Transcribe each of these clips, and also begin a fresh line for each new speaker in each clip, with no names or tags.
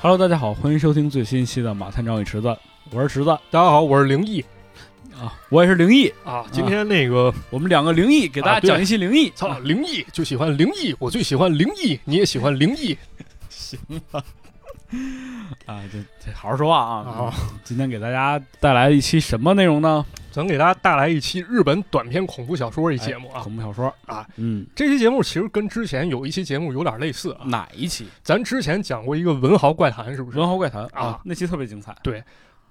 Hello，大家好，欢迎收听最新一期的《马探长与池子》，我是池子
大家好，我是灵异
啊，我也是灵异，
啊。今天那个，
我们两个灵异，给大家
啊对
讲一期灵异。
操、灵异就喜欢灵异，我最喜欢灵异，你也喜欢灵异
啊，这这好好说话啊！
啊！
今天给大家带来一期什么内容呢？
咱给大家带来一期日本短篇恐怖小说一节目啊。
恐怖小说
啊，
嗯，
这期节目其实跟之前有一期节目有点类似啊。
哪一期？
咱之前讲过一个文豪怪谈，是不
《
是？
文豪怪谈》
啊，
那期特别精彩。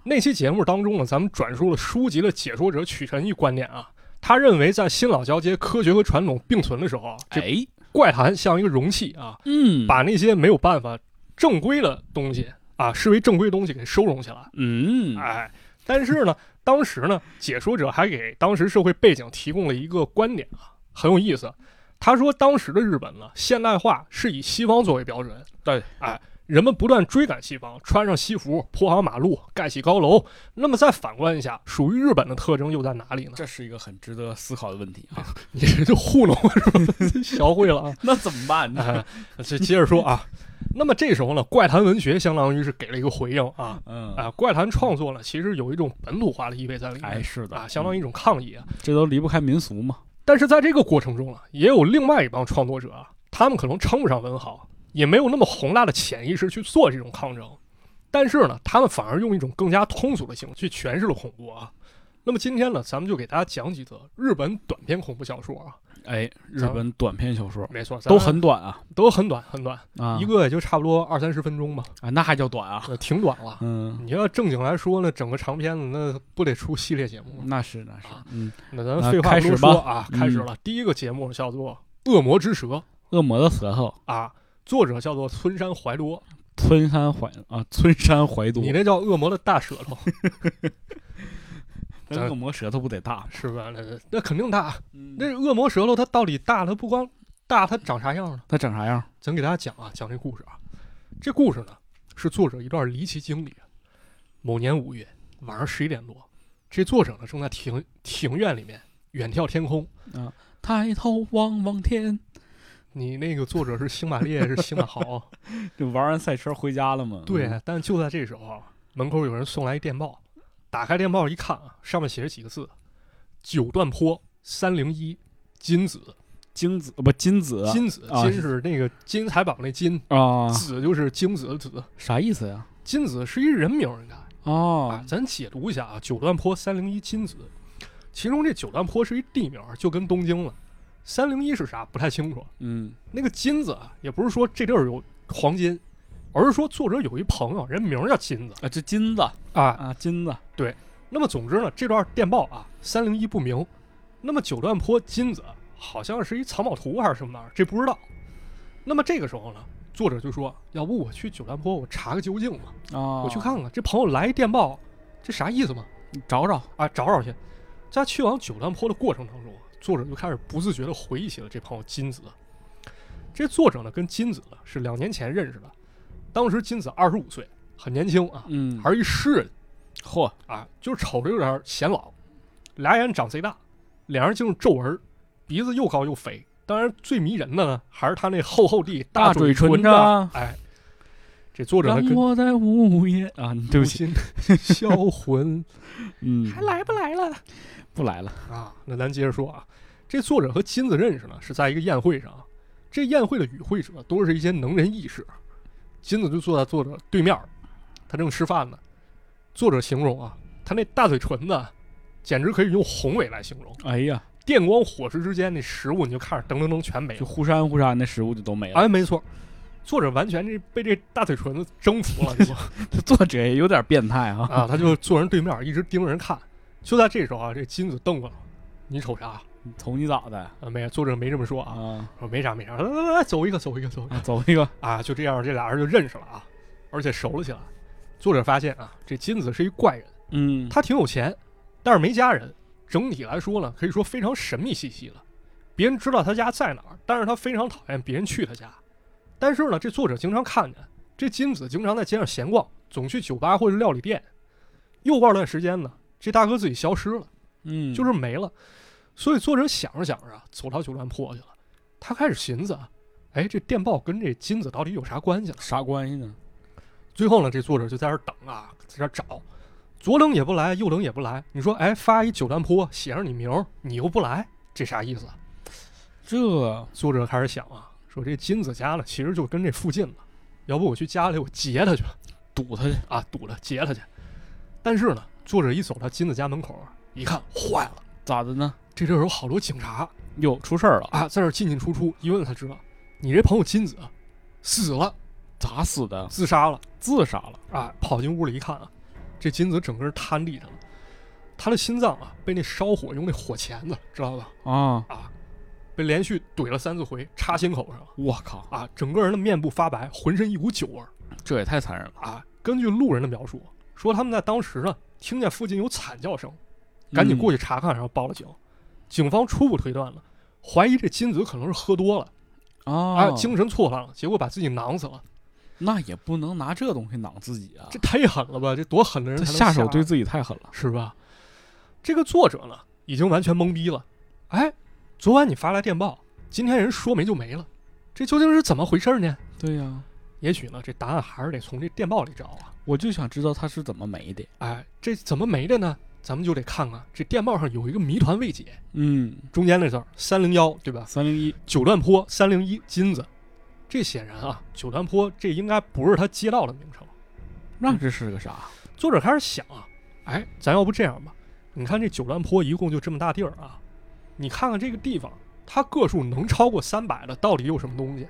那期节目当中呢，咱们转述了书籍的解说者曲晨一观点啊。他认为，在新老交接科学和传统并存的时候啊，这
哎，
怪谈像一个容器啊，
嗯，
把那些没有办法正规的东西啊，视为正规东西给收容起来。
嗯，
哎，但是呢，当时呢，解说者还给当时社会背景提供了一个观点啊，很有意思。他说，当时的日本呢，现代化是以西方作为标准，
对，
哎，人们不断追赶西方，穿上西服，铺好马路，盖起高楼。那么再反观一下，属于日本的特征又在哪里呢？
这是一个很值得思考的问题啊。
你这就糊弄我是 吧？ 学会了啊。
那怎么办呢？
哎，这接着说啊，那么这时候呢，怪谈文学相当于是给了一个回应啊
嗯，
啊，怪谈创作呢，其实有一种本土化的意味在里
哎，
面
是的
啊，相当
于
于一种抗议啊。
这都离不开民俗嘛。
但是在这个过程中啊，也有另外一帮创作者啊，他们可能称不上文豪，也没有那么宏大的潜意识去做这种抗争，但是呢，他们反而用一种更加通俗的形式去诠释了恐怖啊。那么今天呢，咱们就给大家讲几则日本短篇恐怖小说啊，
哎，日
咱
本短篇小说
没错，咱
都很短啊
都很短很短，
啊
一个也就差不多二三十分钟吧，
啊，那还叫短啊？
呃挺短了。
嗯，
你要正经来说呢，整个长篇子那不得出系列节目吗？
那是那是
啊，
嗯，
那咱
那
废话
开
不
始
多
吧
说啊，开始了。第一个节目叫做《恶魔之蛇》
恶魔的舌头，
啊，作者叫做村山怀多，
村山怀啊，村山怀多
你，那叫恶魔的大舌头
那恶魔舌头不得大？
是吧？那那肯定大。啊
那
那恶魔舌头它到底大？它不光大，它长啥样呢？
它长啥样？
咱给大家讲啊，讲这故事啊。这故事呢，是作者一段离奇经历。某年五月晚上十一点多，这作者呢正在庭庭院里面远眺天空。
抬头望望天，
你那个作者是星马烈，是星马豪。
这玩完赛车回家了嗯吗？
对，但就在这时候啊，门口有人送来一电报，打开电报一看啊，上面写着几个字：九段坡三零一金子，
精子不金子
金子，
啊
金呃是那个金财宝那金，
啊，
子就是精子的子，
啥意思呀？
金子是一人名儿应该啊
哦，，
咱解读一下啊，九段坡三零一金子，其中这九段坡是一地名儿，就跟东京了，三零一是啥不太清楚。
嗯，
那个金子啊，也不是说这地儿有黄金，而是说作者有一朋友，人名儿叫金子
啊，这金子
啊，
啊，金子，
那么总之呢，这段电报啊，三零一不明。那么九段坡金子好像是一藏宝图还是什么玩意儿，这不知道。那么这个时候呢，作者就说：“要不我去九段坡，我查个究竟吧，
啊，
我去看看这朋友来一电报，这啥意思嘛？
你找找，
啊，找找去。”在去往九段坡的过程当中，啊作者就开始不自觉地回忆起了这朋友金子。这作者呢，跟金子呢是两年前认识的，当时金子二十五岁，很年轻啊，
嗯，
还是一诗人。
嚯，
啊，就是瞅着有点显老，俩眼长贼大，脸上净是皱纹儿，鼻子又高又肥。当然，最迷人的呢，还是他那厚厚的
大
嘴
唇
唇
张
哎，这作者呢
让
跟
我在午夜啊，对不起，
心 销魂
嗯，
还来不来了
不来了？
啊？那咱接着说啊，这作者和金子认识呢，是在一个宴会上啊。这宴会的与会者都是一些能人异士，金子就坐在作者对面儿，他正吃饭呢。作者形容啊，他那大嘴唇子，啊简直可以用宏伟来形容。
哎呀，
电光火石之间，那食物你就看着噔噔噔全没
就
了。
忽闪忽闪，那食物就都没了。
哎，没错，作者完全这被这大嘴唇子征服 了，就
这作者也有点变态 啊，
啊，他就坐人对面一直盯着人看。就在这时候啊，这金子瞪过来了，你瞅啥？
瞅你咋的
啊，没有，作者没这么说啊，
啊？
说没啥没啥，来来来，走一个走一个走一个
啊，走一个，
啊，就这样，这俩人就认识了啊，而且熟了起来。作者发现啊，这金子是一怪人，
嗯，
他挺有钱，但是没家人。整体来说呢，可以说非常神秘兮兮的。别人知道他家在哪儿，但是他非常讨厌别人去他家。但是呢，这作者经常看见这金子经常在街上闲逛，总去酒吧或者料理店。又过了段时间呢，这大哥自己消失了，
嗯，
就是没了。所以作者想着想着啊，走到九段坡去了。他开始寻思啊，哎，这电报跟这金子到底有啥关系呢？
啥关系呢？
最后呢，这作者就在这儿等啊，在这儿找，左等也不来，右等也不来。你说，哎，发一九段坡，写上你名儿，你又不来，这啥意思啊？
这
作者开始想啊，说这金子家呢，其实就跟这附近了，要不我去家里我劫他去吧
堵他去，
啊，堵了劫他去。但是呢，作者一走到金子家门口啊，一看坏了，
咋的呢？
这地儿有好多警察
哟，出事儿了，
啊，在这儿进进出出。一问才知道，你这朋友金子啊死了，
咋死的？
自杀了。
自杀了，
啊，跑进屋里一看啊，这金子整个人瘫地上了，他的心脏啊被那烧火用那火钳子知道吧？
啊！
啊，被连续怼了三四回，插心口上了
我靠，
啊，整个人的面部发白，浑身一股酒味儿
这也太残忍了，
啊。根据路人的描述，说他们在当时呢听见附近有惨叫声，赶紧过
去。
去查看，然后报了警。警方初步推断了，怀疑这金子可能是喝多了啊，
啊，
精神错乱了，结果把自己囊死了。
那也不能拿这东西囊自己啊
这，太狠了吧！这多狠的人
这
才能
下手
杀
对自己太狠了。
是吧？这个作者呢，已经完全懵逼了。哎，昨晚你发来电报，今天人说没就没了，这究竟是怎么回事呢？
对呀、
也许呢，这答案还是得从这电报里找啊。
我就想知道他是怎么没的。
哎，这怎么没的呢？咱们就得看看这电报上有一个谜团未解，
嗯，
中间那字儿三零幺，对吧？
三零一，
九段坡三零一金子，这显然啊，九段坡这应该不是他街道的名称。
那这是个啥？
作者开始想啊，哎，咱要不这样吧？你看这九段坡一共就这么大地儿啊，你看看这个地方，它个数能超过三百的到底有什么东西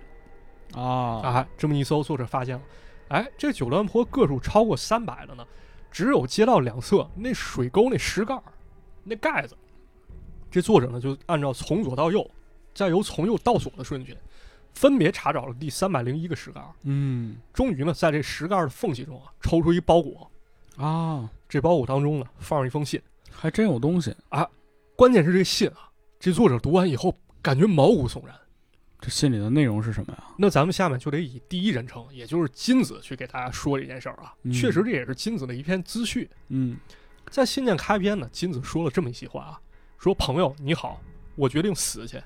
啊，
啊？这么一搜，作者发现了，哎，这九段坡个数超过三百的呢，只有街道两侧那水沟那石盖儿、那盖子。这作者呢，就按照从左到右，再由从右到左的顺序，分别查找了第三百零一个石盖儿，
嗯
终于呢，在这石盖儿的缝隙中啊，抽出一包裹。
啊，
这包裹当中呢，放着一封信。
还真有东西。
关键是这信啊，这作者读完以后感觉毛骨悚然。
这信里的内容是什么呀？
那咱们下面就得以第一人称，也就是金子去给大家说这件事儿啊。
嗯
确实，这也是金子的一篇资讯。
嗯，
在信件开篇呢，金子说了这么一席话啊，说：“朋友你好，我决定死去。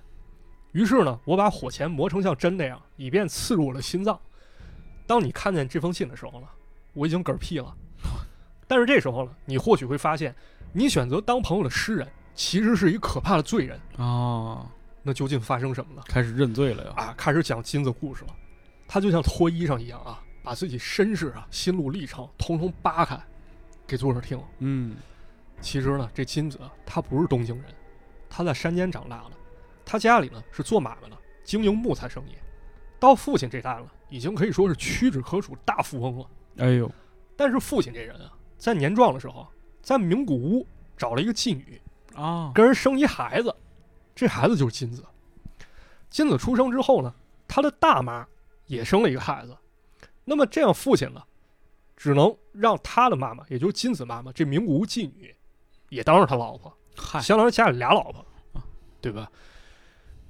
于是呢，我把火钳磨成像针那样，以便刺入我的心脏。当你看见这封信的时候呢，我已经嗝屁了。但是这时候呢，你或许会发现，你选择当朋友的诗人，其实是一可怕的罪人。
啊，
那究竟发生什么呢？”
开始认罪了呀。
啊，开始讲金子故事了。他就像脱衣裳一样啊，把自己身世啊、心路历程通通扒开，给作者听。
嗯，
其实呢，这金子啊他不是东京人，他在山间长大的，他家里呢是做买卖的，经营木材生意。到父亲这代了，已经可以说是屈指可数大富翁了。
哎呦，
但是父亲这人啊，在年壮的时候，在名古屋找了一个妓女，
啊，
跟人生一孩子，这孩子就是金子。金子出生之后呢，他的大妈也生了一个孩子，那么这样父亲呢，只能让他的妈妈，也就是金子妈妈，这名古屋妓女，也当上他老婆，
嗨，
相当于家里俩老婆
哎啊，
对吧？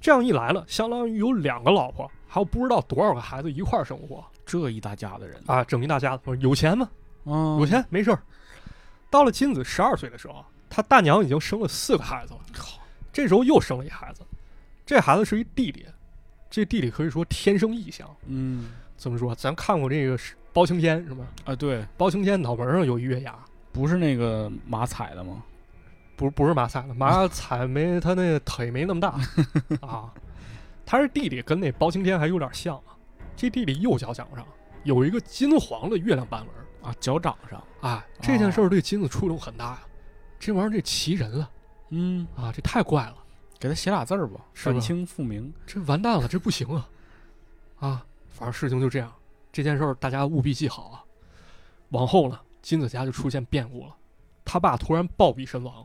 这样一来呢，相当于有两个老婆，还有不知道多少个孩子一块儿生活
这一大家子人
啊，整一大家子，有钱吗？
啊，
有钱没事儿。到了金子十二岁的时候，他大娘已经生了四个孩子了，这时候又生了一孩子，这孩子是一弟弟，这弟弟可以说天生异象。
嗯，
怎么说？咱看过这个是包青天是吗？
啊，对，
包青天脑门上有一月牙，
不是那个马踩的吗？
不不是马赛了，马踩没他那腿没那么大啊。他是弟弟，跟那包青天还有点像啊。这弟弟右脚掌上有一个金黄的月亮斑纹，
啊，脚掌上。
哎，这件事儿对金子触动很大呀、这玩意儿这奇人了。
嗯，
啊，这太怪了，
给他写俩字儿吧，
是吧
反清复明。
这完蛋了，这不行啊！啊，反正事情就这样，这件事儿大家务必记好啊。往后呢，金子家就出现变故了，他爸突然暴毙身亡。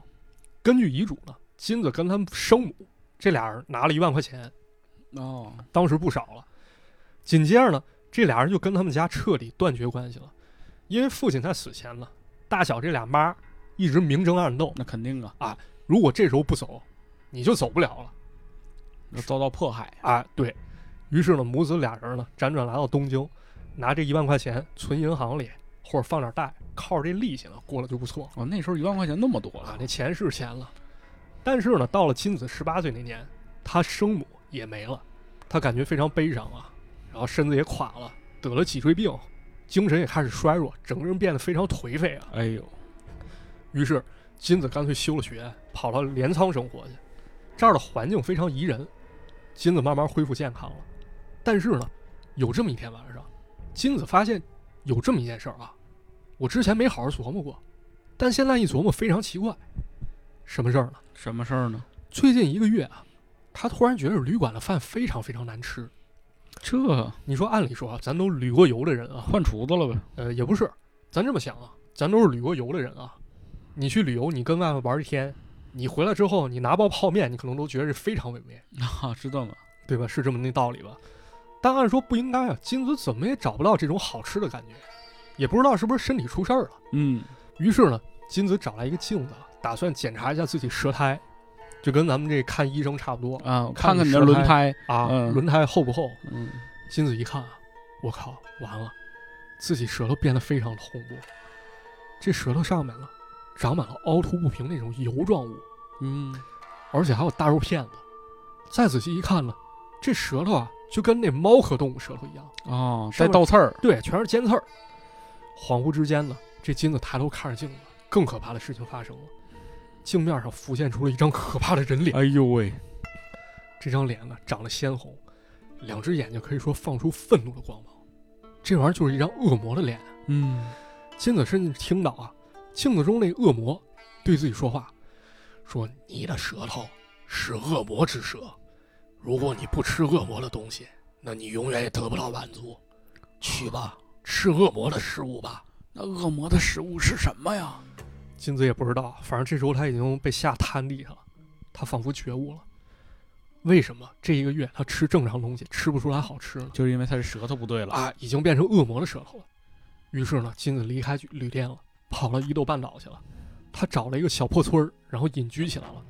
根据遗嘱呢，金子跟他们生母这俩人拿了一万块钱，
哦，
当时不少了。紧接着呢，这俩人就跟他们家彻底断绝关系了，因为父亲在死前呢，大小这俩妈一直明争暗斗，
那肯定啊，
如果这时候不走，你就走不了了。
要遭到迫害。
啊，对于是呢，母子俩人呢辗转来到东京，拿这一万块钱存银行里，或者放点贷，靠着这利息呢过了就不错
哦，那时候一万块钱那么多
了啊
了。。
那钱是钱了，但是呢，到了金子十八岁那年，他生母也没了，他感觉非常悲伤啊，然后身子也垮了，得了脊椎病，精神也开始衰弱，整个人变得非常颓废啊。
哎呦，
于是金子干脆休了学，跑到镰仓生活去。这儿的环境非常宜人，金子慢慢恢复健康了。但是呢，有这么一天晚上，金子发现有这么一件事儿啊，我之前没好好琢磨过，但现在一琢磨非常奇怪，什么事儿呢？
什么事儿呢？
最近一个月啊，他突然觉得旅馆的饭非常非常难吃。
这
你说，按理说啊，咱都旅过游的人啊，
换厨子了呗？
呃，也不是，咱这么想啊，咱都是旅过游的人啊。你去旅游，你跟外面玩一天，你回来之后，你拿包泡面，你可能都觉得是非常美味，
啊，知道吗？
对吧？是这么那道理吧？但按说不应该啊，金子怎么也找不到这种好吃的感觉，也不知道是不是身体出事儿了。
嗯，
于是呢，金子找来一个镜子，打算检查一下自己舌苔，就跟咱们这看医生差不多
啊，我
看
看看
你
你的
舌
轮
苔
胎，
啊，
嗯
轮胎厚不厚？
嗯，
金子一看啊，我靠，完了，自己舌头变得非常的红润，这舌头上面呢长满了凹凸不平那种油状物，
嗯，
而且还有大肉片子。再仔细一看呢，这舌头啊就跟那猫科动物舌头一样，
哦，带
上面
倒刺儿，
对，全是尖刺儿。恍惚之间呢，这金子抬头看着镜子，更可怕的事情发生了，镜面上浮现出了一张可怕的人脸，
哎呦喂，
这张脸呢长得鲜红，两只眼睛可以说放出愤怒的光芒，这玩意儿就是一张恶魔的脸。
嗯，
金子甚至听到啊，镜子中那恶魔对自己说话，说：“你的舌头是恶魔之舌，如果你不吃恶魔的东西，那你永远也得不到满足。去吧，吃恶魔的食物吧。
那恶魔的食物是什么呀？”
金子也不知道，反正这时候他已经被吓瘫地上了，他仿佛觉悟了。为什么这一个月他吃正常东西吃不出来好吃呢？
就是因为他的舌头不对了，
啊，已经变成恶魔的舌头了。于是呢，金子离开旅旅店了，跑到伊豆半岛去了。他找了一个小破村儿，然后隐居起来了。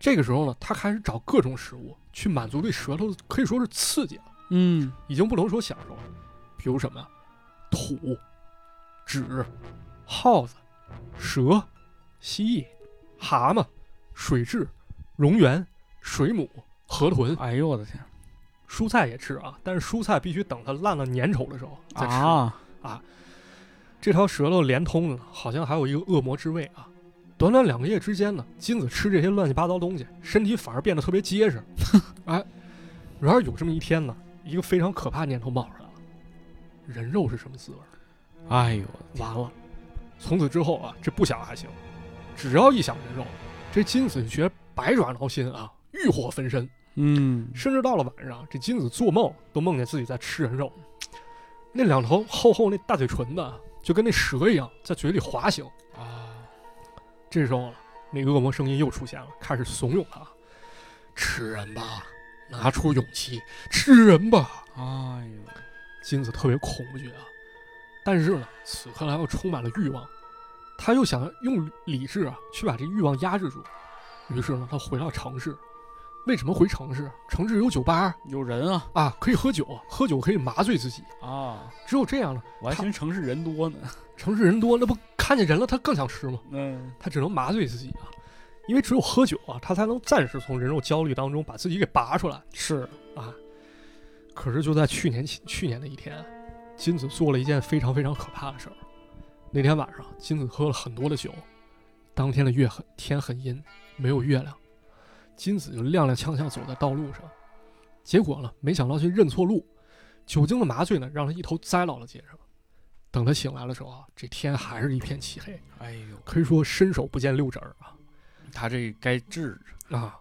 这个时候呢，他开始找各种食物去满足对舌头的可以说是刺激了，
嗯，
已经不能说享受了。比如什么呀，土、纸、耗子、蛇、蜥蜴、蛤蟆、水蛭、蝾螈、水母、河豚，
哎呦我的天，
蔬菜也吃啊，但是蔬菜必须等它烂到粘稠的时候再吃。
啊，
这条舌头连通了，好像还有一个恶魔之味啊。短短两个月之间呢，金子吃这些乱七八糟东西，身体反而变得特别结实。哎，然而有这么一天呢，一个非常可怕念头冒出来了：人肉是什么滋味儿？
哎呦，
完了，从此之后啊，这不想还行，只要一想人肉，这金子就觉得百爪挠心啊，欲火焚身。
嗯，
甚至到了晚上，这金子做梦都梦见自己在吃人肉，那两头厚厚那大嘴唇子啊就跟那蛇一样在嘴里滑行。
啊，
这时候，啊那个恶魔声音又出现了，开始怂恿他：“吃人吧，拿出勇气，吃人吧
哎呦，！”
金子特别恐惧啊，但是呢，此刻他又充满了欲望，他又想用理智啊去把这欲望压制住。于是呢，他回到城市。为什么回城市？城市有酒吧啊
有人啊，
啊，可以喝酒，喝酒可以麻醉自己。
啊，
只有这样了，
我还寻思城市人多呢，
城市人多，那不看见人了，他更想吃吗？
嗯，
他只能麻醉自己啊，因为只有喝酒啊，他才能暂时从人肉焦虑当中把自己给拔出来
是，
啊。可是就在去年起去年的一天，金子做了一件非常非常可怕的事儿。那天晚上，金子喝了很多的酒，当天的月很天很阴，没有月亮，金子就踉踉跄跄走在道路上，结果呢，没想到却认错路，酒精的麻醉呢，让他一头栽到了街上。等他醒来的时候啊，这天还是一片漆黑，
哎呦，
可以说伸手不见六指儿啊。
他这该治治，
啊，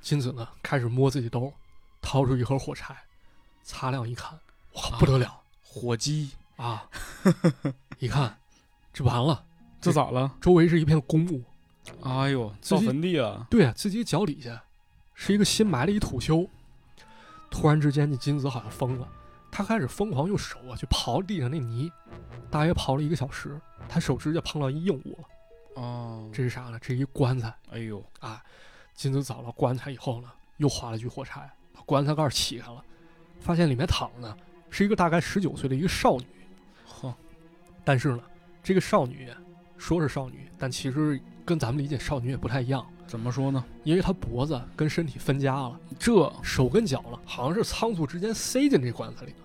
金子呢开始摸自己兜，掏出一盒火柴，擦亮一看，哇，不得了
火鸡，
啊！ 一看，这完了，
这咋了？
周围是一片公墓，
哎呦，
自
造
己
坟地了，
对啊，自己脚底下是一个新埋了一土丘。突然之间，这金子好像疯了，他开始疯狂用手啊去刨地上那泥，大约刨了一个小时，他手指甲碰到一硬物了。
哦，
这是啥呢？这是一棺材。
哎呦，
金子找到棺材以后呢，又划了具火柴，把棺材盖儿起开了，发现里面躺的是一个大概十九岁的一个少女。
呵，
但是呢，这个少女说是少女，但其实跟咱们理解少女也不太一样，
怎么说呢？
因为她脖子跟身体分家了，
这
手跟脚呢好像是仓促之间塞进这棺材里的。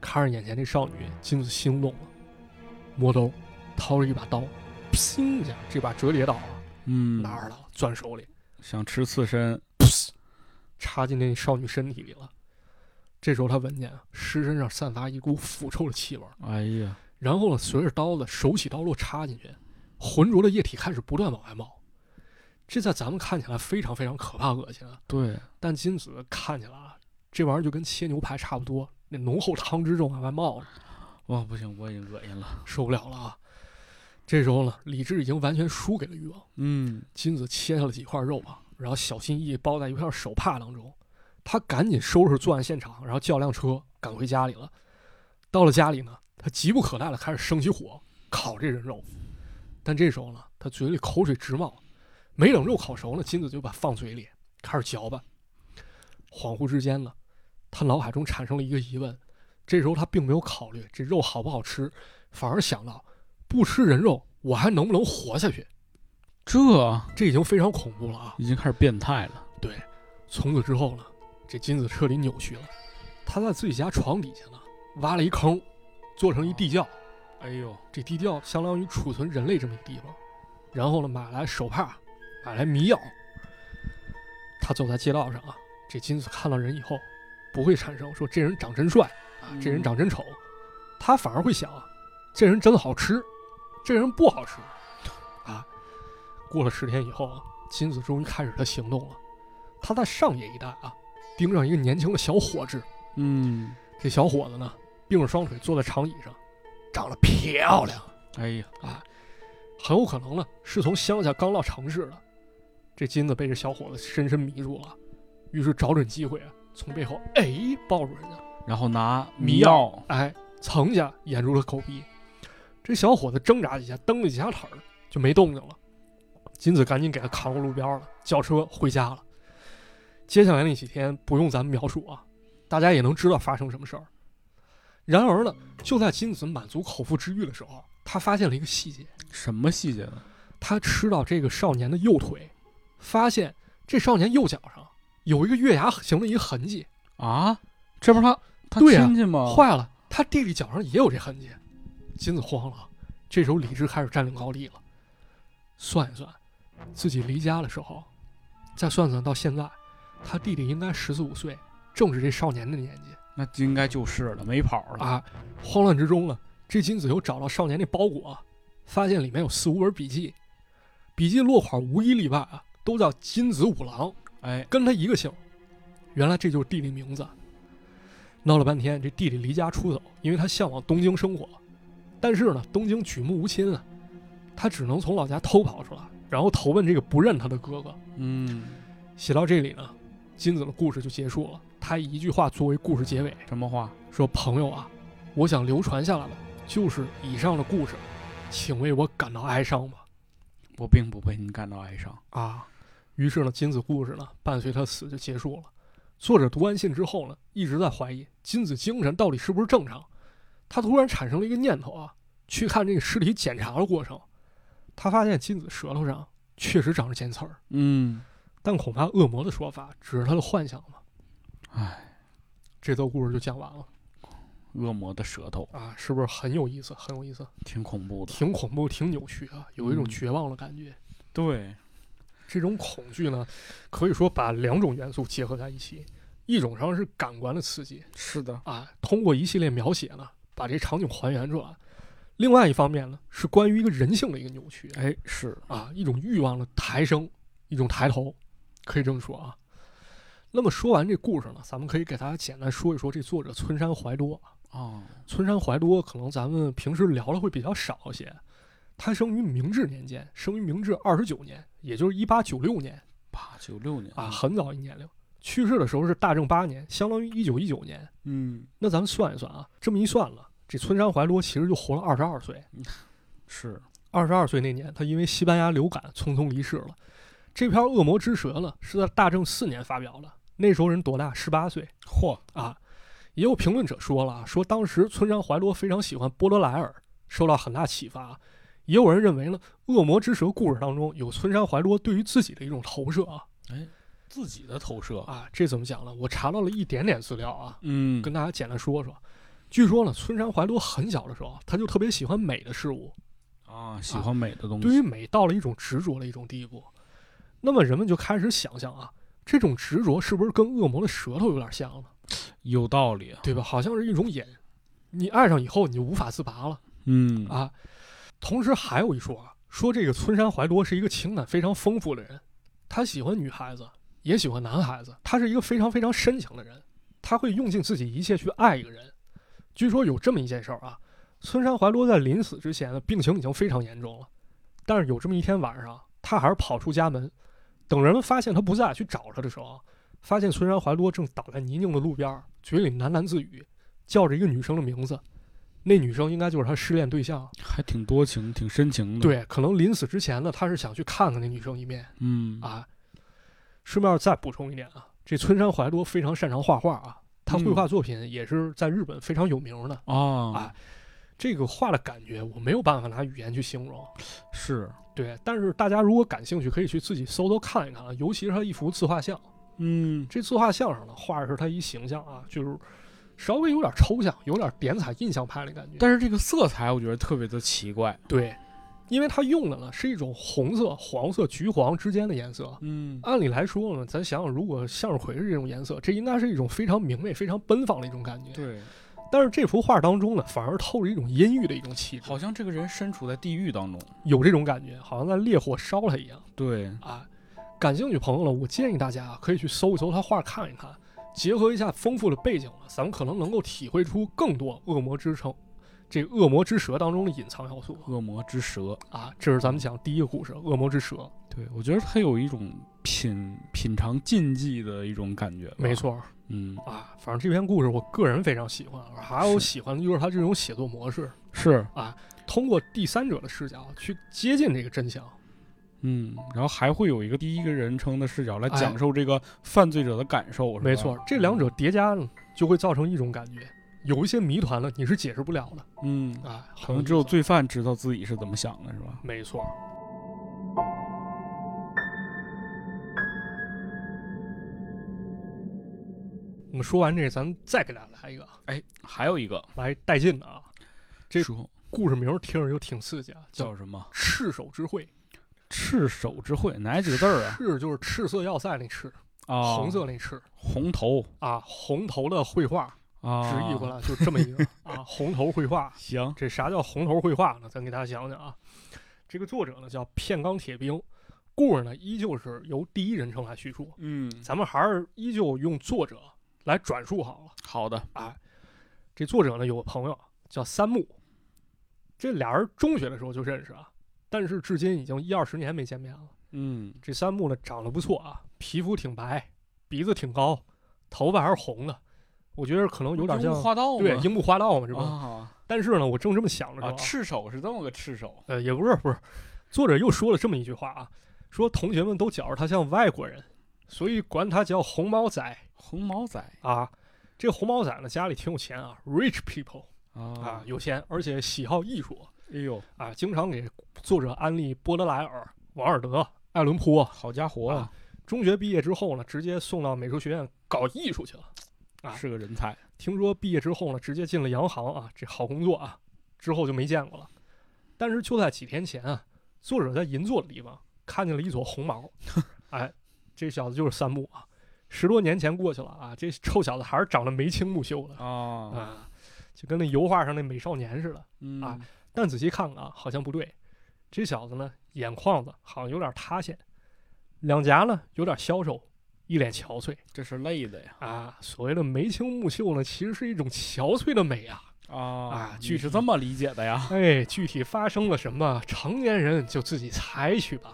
看着眼前这少女，金子心动了，摸兜，掏了一把刀，噗一下，这把折叠刀啊，
嗯，
拿着了，攥手里，
想吃刺身，
插进那少女身体里了。这时候他闻见啊尸身上散发一股腐臭的气味儿，
哎呀，
然后呢，随着刀子手起刀落插进去，浑浊的液体开始不断往外冒。这在咱们看起来非常非常可怕恶心啊，
对，
但金子看起来啊，这玩意儿就跟切牛排差不多，那浓厚汤汁正往外冒呢，
哇，哦不行，我已经恶心了，
受不了了啊！这时候呢，理智已经完全输给了欲望。
嗯，
金子切下了几块肉啊，然后小心翼翼包在一块手帕当中。他赶紧收拾作案现场，然后叫辆车赶回家里了。到了家里呢，他急不可耐的开始生起火烤这人肉，但这时候呢，他嘴里口水直冒，没等肉烤熟呢，金子就把放嘴里开始嚼吧。恍惚之间呢，他脑海中产生了一个疑问，这时候他并没有考虑这肉好不好吃，反而想到不吃人肉我还能不能活下去。
这
这已经非常恐怖了啊！
已经开始变态了，
从此之后呢，这金子彻底扭曲了。他在自己家床底下呢，挖了一坑，做成一地窖。
哎呦，
这地窖相当于储存人类这么一个地方。然后呢，买来手帕，买来迷药。他走在街道上啊，这金子看到人以后，不会产生说这人长真帅啊，这人长真丑，他反而会想啊，这人真好吃，这人不好吃啊。过了十天以后啊，金子终于开始他行动了。他在上野一带啊，盯上一个年轻的小伙子，
嗯，
这小伙子呢，并着双腿坐在长椅上，长得漂亮，
哎呀，
很有可能呢是从乡下刚到城市的。这金子被这小伙子深深迷住了，于是找准机会啊，从背后哎抱住人家，
然后拿
迷
迷药，
哎蹭一下掩住了口鼻。这小伙子挣扎几下，蹬了几下腿儿就没动静了。金子赶紧给他扛过路边了，叫车回家了。接下来那几天不用咱们描述啊，大家也能知道发生什么事儿。然而呢，就在金子满足口腹之欲的时候，他发现了一个细节。
什么细节呢？
他吃到这个少年的右腿，发现这少年右脚上有一个月牙形的一个痕迹，
啊，这不是他他
对呀
亲戚吗？
坏了，他弟弟脚上也有这痕迹。金子慌了，啊这时候理智开始占领高地了。算一算，自己离家的时候，再算算到现在，他弟弟应该十四五岁，正是这少年的年纪
那应该就是了，没跑了，
啊。慌乱之中呢，啊这金子又找到少年那包裹，啊发现里面有四五本笔记，笔记落款无一例外啊，都叫金子五郎。
哎，
跟他一个姓。原来这就是弟弟名字。闹了半天，这弟弟离家出走，因为他向往东京生活，但是呢，东京举目无亲啊，他只能从老家偷跑出来，然后投奔这个不认他的哥哥。
嗯，
写到这里呢，金子的故事就结束了。他以一句话作为故事结尾，
什么话？
说：“朋友啊，我想流传下来的就是以上的故事，请为我感到哀伤吧。”
我并不被你感到哀伤，
啊。于是呢，金子故事呢，伴随他死就结束了。作者读完信之后呢，一直在怀疑金子精神到底是不是正常。他突然产生了一个念头啊，去看这个尸体检查的过程，他发现金子舌头上确实长着尖刺儿，
嗯，
但恐怕恶魔的说法只是他的幻想嘛。
唉，
这则故事就讲完了
恶魔的舌头
啊，是不是很有意思？很有意思，
挺恐怖的，
挺恐怖，挺扭曲啊，有一种
嗯
绝望的感觉。
对，
这种恐惧呢，可以说把两种元素结合在一起，一种上是感官的刺激
是的，
啊，通过一系列描写呢，把这场景还原出来；另外一方面呢，是关于一个人性的一个扭曲
哎，是，
啊，一种欲望的抬升，一种抬头，可以这么说啊。那么说完这故事呢，咱们可以给大家简单说一说这作者村山怀多。啊
哦，
村山怀多可能咱们平时聊的会比较少一些，他生于明治年间，生于明治二十九年，也就是一八九六年。
八九六年
啊，，很早一年龄。去世的时候是大正八年，相当于一九一九年。
嗯，
那咱们算一算啊，这么一算了，这村山怀多其实就活了二十二岁。
是，
二十二岁那年，他因为西班牙流感匆匆离世了。这篇《恶魔之舌》呢，是在大正四年发表的，那时候人多大？十八岁
嚯，
啊。也有评论者说了啊，说当时村山怀多非常喜欢波德莱尔，受到很大启发。啊也有人认为呢，《恶魔之舌》故事当中有村山怀多对于自己的一种投射啊。
自己的投射，
啊，这怎么讲呢？我查到了一点点资料啊，
嗯，
跟大家简单说说。据说呢，村山怀多很小的时候，他就特别喜欢美的事物，
啊，喜欢美的东
对于
西，
美到了一种执着的一种地步。那么人们就开始想象啊，这种执着是不是跟恶魔的舌头有点像呢？
有道理啊。
对吧？好像是一种瘾，你爱上以后你就无法自拔了
嗯
啊。同时还有一说啊，说这个村山怀多是一个情感非常丰富的人，他喜欢女孩子，也喜欢男孩子，他是一个非常非常深情的人，他会用尽自己一切去爱一个人。据说有这么一件事儿啊，村山怀多在临死之前呢，病情已经非常严重了，但是有这么一天晚上，啊他还是跑出家门，等人们发现他不在去找他的时候，啊发现村山怀多正倒在泥泞的路边儿，嘴里喃喃自语，叫着一个女生的名字，那女生应该就是他失恋对象。
还挺多情，挺深情的。，
对，可能临死之前呢，他是想去看看那女生一面
嗯，
啊。顺便再补充一点啊，这村山怀多非常擅长画画啊，他
嗯
绘画作品也是在日本非常有名的。
啊
啊，这个画的感觉我没有办法拿语言去形容，
是，
对。但是大家如果感兴趣，可以去自己搜搜看一看啊，尤其是他一幅自画像，
嗯，
这自画像上呢画的是他一形象啊，就是稍微有点抽象，有点点彩印象派的感觉。
但是这个色彩我觉得特别的奇怪。
对，因为它用的呢是一种红色、黄色、橘黄之间的颜色。
嗯
按理来说呢，咱想想，如果向日葵是这种颜色，这应该是一种非常明媚、非常奔放的一种感觉。，
对，
但是这幅画当中呢，反而透着一种阴郁的一种气质，
好像这个人身处在地狱当中。
有这种感觉，好像在烈火烧了一样
对，
啊！感兴趣朋友呢，我建议大家啊可以去搜一搜他画看一看，结合一下丰富的背景呢，咱们可能能够体会出更多恶魔之城。这个恶魔之蛇当中的隐藏要素
恶魔之蛇。
啊，这是咱们讲第一个故事《恶魔之蛇》。
对，我觉得它有一种品品尝禁忌的一种感觉。
没，错，
嗯，
啊，反正这篇故事我个人非常喜欢，我还有
是
喜欢的就是他这种写作模式，
是，
通过第三者的视角去接近这个真相。
嗯，然后还会有一个第一个人称的视角来
哎
讲述这个犯罪者的感受。是吧
没错，这两者，叠加呢，就会造成一种感觉，有一些谜团呢，你是解释不了的
嗯，
啊，
可
很
能
意
只有
思。
罪犯知道自己是怎么想的，是吧？
没错，我们说完这个，咱们再给大家来一个啊，
哎，还有一个
来带劲的啊！这
说
故事名儿听着就挺刺激啊，叫《
叫什么？
赤手之会》。
赤手之会，哪几个字儿啊？
赤就是赤色要塞那赤，
啊，
红色那赤
红头
啊，红头的绘画，
啊，
直译过。来就这么一个啊，红头绘画。
行，
这啥叫红头绘画呢？咱给大家讲讲啊。这个作者呢叫片冈铁兵，故事呢依旧是由第一人称来叙述，
嗯，
咱们还是依旧用作者来转述好了。
好的，
这作者呢有个朋友叫三木，这俩人中学的时候就认识啊，但是至今已经一二十年没见面了。
嗯，
这三木呢长得不错啊，皮肤挺白，鼻子挺高，头发还是红的，我觉得可能有点像
花道
对樱木花道嘛，是吧？
啊
但是呢，我正这么想着呢
啊，赤手是这么个赤手，
呃，也不是不是，作者又说了这么一句话啊，说同学们都觉着他像外国人，所以管他叫红毛仔
红毛仔
啊。这红毛仔呢，家里挺有钱啊，rich people 啊，，有钱，而且喜好艺术
哎呦，
啊，经常给作者安利波德莱尔、王尔德、爱伦坡、
好家伙啊，
中学毕业之后呢，直接送到美术学院搞艺术去了。啊
是个人才，
听说毕业之后呢，直接进了洋行啊，这好工作啊，之后就没见过了。但是就在几天前啊，作者在银座的地方看见了一撮红毛，哎，这小子就是三木啊，十多年前过去了啊，这臭小子还是长得眉清目秀的
啊，
啊，就跟那油画上那美少年似的。
嗯
啊但仔细看看啊，好像不对，这小子呢，眼眶子好像有点塌陷，两颊呢有点消瘦，一脸憔悴。
这是累的呀，
啊，所谓的眉清目秀呢，其实是一种憔悴的美啊。
啊
啊
你是这么理解的呀？
哎，具体发生了什么，成年人就自己采取吧。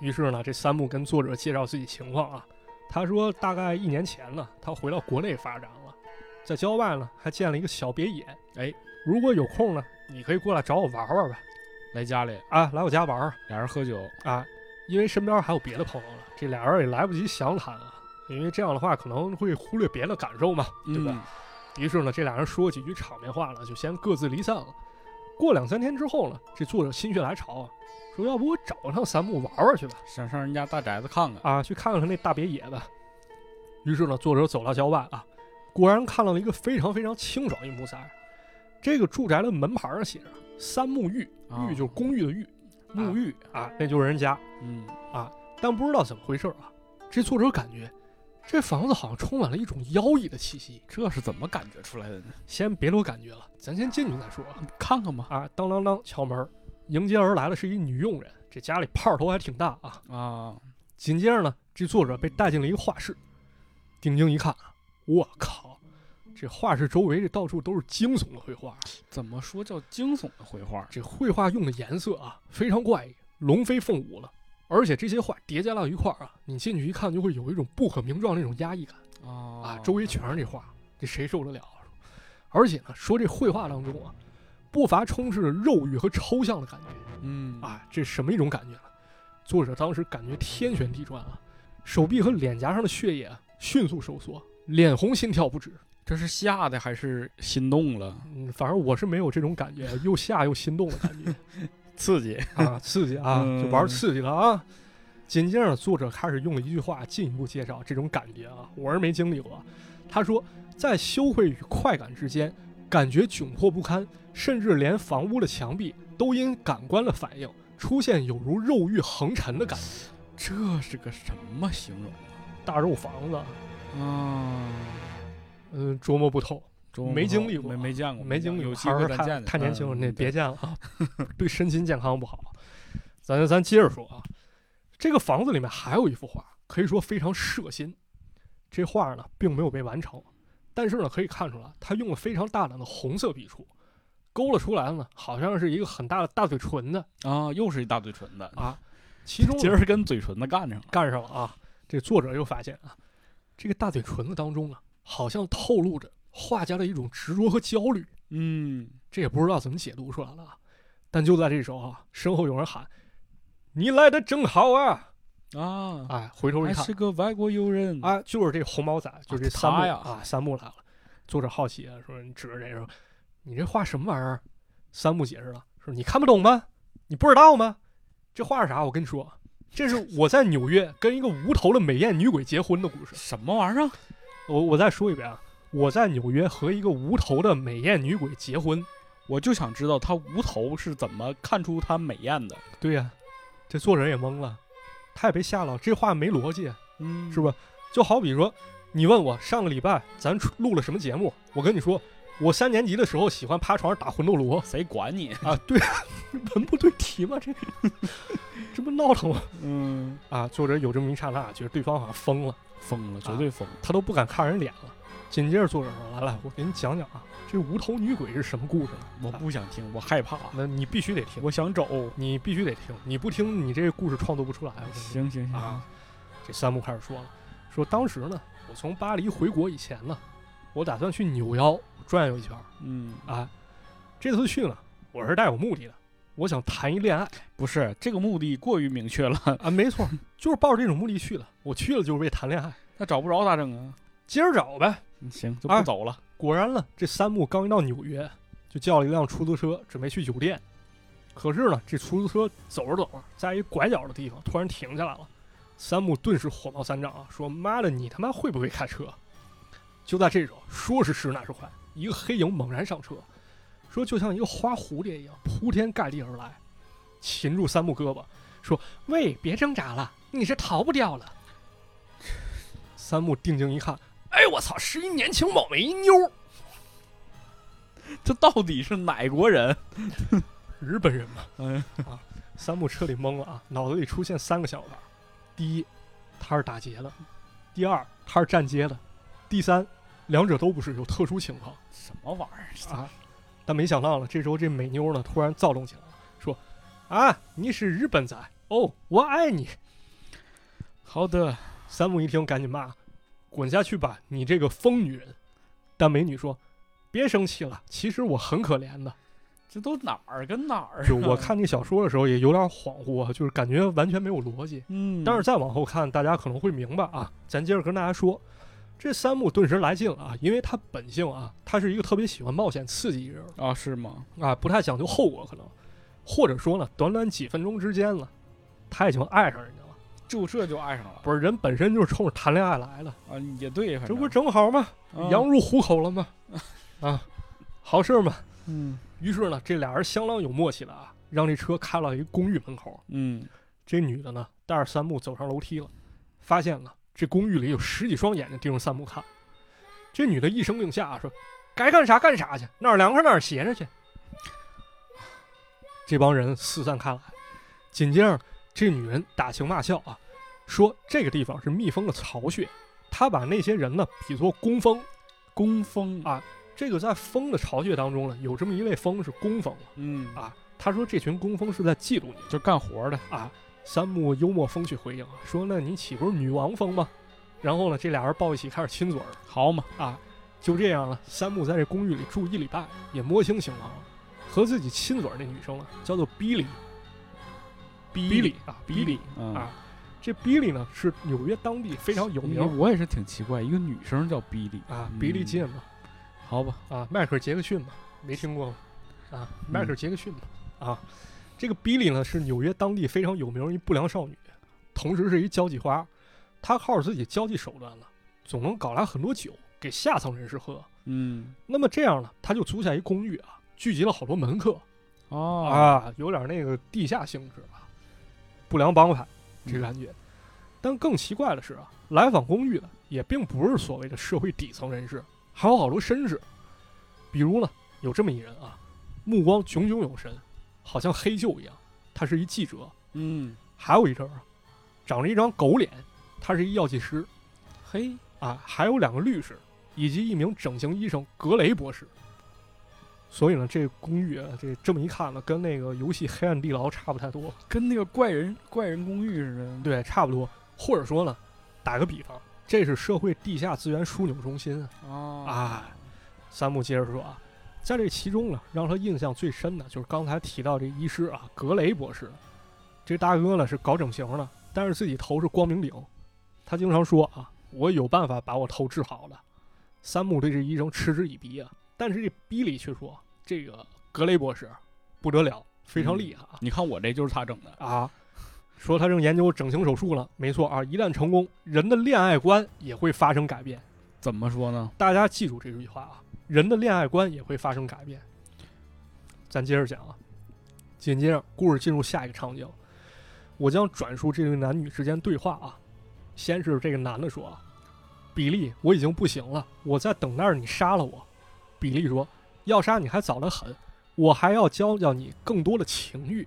于是呢，这三木跟作者介绍自己情况啊，他说大概一年前呢，他回到国内发展了，在郊外呢还建了一个小别野。哎，如果有空呢，你可以过来找我玩玩吧，
来家里，
啊，来我家玩儿
俩人喝酒，
啊，因为身边还有别的朋友了，这俩人也来不及详谈啊，因为这样的话可能会忽略别人的感受嘛，对吧？
吧？
于是呢，这俩人说几句场面话呢，就先各自离散了。过两三天之后呢，这作者心血来潮啊，说要不我找上三木玩玩去吧，
想上人家大宅子看看，
啊，去看看他那大别野吧。于是呢，作者走到郊外啊，果然看到了一个非常非常清爽一幕塞尔。这个住宅的门牌上写着“三沐浴”，
啊
浴就是公寓的浴，沐浴啊，那就是人家。
嗯，
但不知道怎么回事啊，这作者感觉这房子好像充满了一种妖异的气息。
这是怎么感觉出来的呢？
先别留感觉了，咱先进去再说啊。
看看吧。
啊，当当当，敲门儿，迎接而来的是一女佣人，这家里炮头还挺大啊。
啊，
紧接着呢，这作者被带进了一个画室，定睛一看啊，我靠，这画室周围这到处都是惊悚的绘画，啊
怎么说叫惊悚的绘画？
这绘画用的颜色啊非常怪异，龙飞凤舞了。而且这些画叠加到一块儿啊，你进去一看就会有一种不可名状的那种压抑感啊
啊，
周围全是这画，这谁受得了啊？而且呢，说这绘画当中啊，不乏充斥着肉欲和抽象的感觉。
嗯
啊，这什么一种感觉呢？作者当时感觉天旋地转啊，手臂和脸颊上的血液啊迅速收缩，脸红心跳不止。
这是吓的还是心动了？
嗯，反正我是没有这种感觉，又吓又心动的感觉
刺 激
啊，刺激啊，就玩刺激了啊。紧接着，作者开始用了一句话进一步介绍这种感觉啊，我是没经历过。他说，在羞愧与快感之间，感觉窘迫不堪，甚至连房屋的墙壁都因感官的反应出现有如肉欲横陈的感觉，
这是个什么形容
大肉房子啊，
啊？
嗯，琢磨不透，
中国
没经历过
没没见过，
没经历过，
有机
还
会
是
再
太
见
太年轻了，
嗯
那别见了啊， 对身心健康不好。咱咱接着说啊，这个房子里面还有一幅画，可以说非常摄心。这画呢，并没有被完成，但是呢，可以看出来，他用了非常大胆的红色笔触，勾勒出来呢，好像是一个很大的大嘴唇子
啊，又是一大嘴唇的，
啊。其中呢
今儿跟嘴唇的干上了。
干上了啊！这作者又发现啊，这个大嘴唇子当中啊，好像透露着画家的一种执着和焦虑。
嗯，
这也不知道怎么解读出来了啊。但就在这时候啊，身后有人喊：“你来的正好啊
啊！”，
哎，回头一
还
看
是，个外国友人，
啊，就是这红毛仔，就是这三木
他呀
啊，三木来了。作者好奇啊，说：“你指着这说，你这画什么玩意儿？”三木解释了，说：“你看不懂吗？你不知道吗？这画是啥？我跟你说，这是我在纽约跟一个无头的美艳女鬼结婚的故事。”
什么玩意儿？啊
我我再说一遍啊，我在纽约和一个无头的美艳女鬼结婚。
我就想知道他无头是怎么看出他美艳的，
对呀、这作者也懵了，他也被吓到，这话没逻辑，
嗯
是？吧？就好比说，你问我上个礼拜咱出录了什么节目，我跟你说，我三年级的时候喜欢趴床上打魂斗罗
谁管你？
啊， 对，文不对题嘛，这 这不闹腾吗？
嗯，
啊，作者有这么一刹那，觉得对方好像疯了，
疯了，
啊
绝对疯了。
他都不敢看人脸了。紧接着作者说：“来来，我给你讲讲啊，这无头女鬼是什么故事呢？
我不想听，我害怕，
那你必须得听，
啊我想走。
你必须得听，你不听，你这个故事创作不出来。我跟你说
行行行，
啊，这三木开始说了，说当时呢，我从巴黎回国以前呢，我打算去纽腰转悠一圈儿
嗯，
啊。这次去呢，我是带有目的的，我想谈一恋爱
不是这个目的过于明确了，
啊，没错，就是抱着这种目的去的。我去了就是为谈恋爱，
那找不着咋整啊？
接着找呗。
嗯行，就
啊
不走了。
果然呢，这三木刚一到纽约，就叫了一辆出租车，准备去酒店。可是呢，这出租车走着走着，在一拐角的地方突然停下来了。三木顿时火冒三丈啊，说：“妈的，你他妈会不会开车？”就在这时候，说时迟那时快，一个黑影猛然上车，说就像一个花蝴蝶一样铺天盖地而来，擒住三木胳膊，说：“喂，别挣扎了，你是逃不掉了。”三木定睛一看，哎，我操，是一年轻貌美一妞儿。
这到底是哪国人？
日本人嘛。
嗯
三木彻底懵了啊，脑子里出现三个想法：第一，他是打劫的；第二，他是站街的；第三，两者都不是，有特殊情况
什么玩意儿？
啊。但没想到呢，这时候这美妞呢突然躁动起来了，说：“啊，你是日本仔哦，我爱你。
好的，”
三木一听，赶紧骂：“滚下去吧，你这个疯女人！”但美女说：“别生气了，其实我很可怜的。
这都哪儿跟哪 儿啊？
就我看这小说的时候也有点恍惚啊，就是感觉完全没有逻辑。
嗯，
但是再往后看，大家可能会明白啊。咱接着跟大家说，这三木顿时来劲了啊，因为他本性啊，他是一个特别喜欢冒险刺激的人
啊，是吗？
啊，不太讲究后果，可能或者说呢，短短几分钟之间了，他已经爱上人家了。
就这就爱上了
不是人本身就是冲着谈恋爱来的，
啊，也对，反
这
正
不正好吗？
嗯
羊入虎口了吗？啊，好事儿嘛。
嗯
于是呢，这俩人相当有默契了啊，让这车开到一个公寓门口。
嗯
这女的呢，带着三木走上楼梯了，发现了这公寓里有十几双眼睛盯着三木看。这女的一声令下啊说：“该干啥干啥去，哪儿凉快哪儿歇着去。”这帮人四散开来，紧接着这女人打情骂俏啊，说这个地方是蜜蜂的巢穴，她把那些人呢比作工蜂。
工蜂
啊这个在蜂的巢穴当中呢，有这么一类蜂是工蜂啊
嗯
啊。他说这群工蜂是在嫉妒你。
就干活的，
三木幽默风趣回应啊，说那你岂不是女王蜂吗？然后呢，这俩人抱一起开始亲嘴儿
好嘛，
啊，就这样了。三木在这公寓里住一礼拜，也摸清情况了。和自己亲嘴儿那女生呢，啊叫做比利，比利啊，比利。
嗯
啊这比利呢是纽约当地非常有
因
名
为我也是嗯挺奇怪，一个女生叫比利
啊，比利
金，
金嘛，
好吧，
啊，迈克尔·杰克逊嘛，没听过吗？啊，迈克尔·杰克逊嘛，啊，这个比利呢是纽约当地非常有名儿一不良少女，同时是一交际花，她靠着自己交际手段呢，总能搞来很多酒给下层人士喝。
嗯
那么这样呢，她就租下一公寓啊，聚集了好多门客
哦，
啊，有点那个地下性质啊，不良帮派
嗯
这个感觉。但更奇怪的是啊，来访公寓的也并不是所谓的社会底层人士，还有好多绅士。比如呢，有这么一人啊，目光炯炯有神，好像黑鹫一样。他是一记者。
嗯
还有一阵儿啊，长着一张狗脸，他是一药剂师
嘿，
啊。还有两个律师，以及一名整形医生格雷博士。所以呢，这公寓啊，这这么一看呢，跟那个游戏《黑暗地牢》差不太多。
跟那个怪人怪人公寓似的，
对，差不多。或者说呢，打个比方，这是社会地下资源枢纽中心啊。
啊
啊，三木接着说啊，在这其中呢，让他印象最深的就是刚才提到这医师啊，格雷博士。这大哥呢是搞整形的，但是自己头是光明顶。他经常说啊，我有办法把我头治好的。三木对这医生嗤之以鼻啊，但是这比利却说，这个格雷博士不得了，非常厉害啊。
你看我这就是他整的，
啊，说他正研究整形手术了。没错啊，一旦成功，人的恋爱观也会发生改变。
怎么说呢？
大家记住这句话啊，人的恋爱观也会发生改变。咱接着讲啊，紧接着故事进入下一个场景，我将转述这对男女之间对话啊。先是这个男的说啊：“比利，我已经不行了，我在等待着你杀了我。”比利说：“要杀你还早得很，我还要教教你更多的情欲。”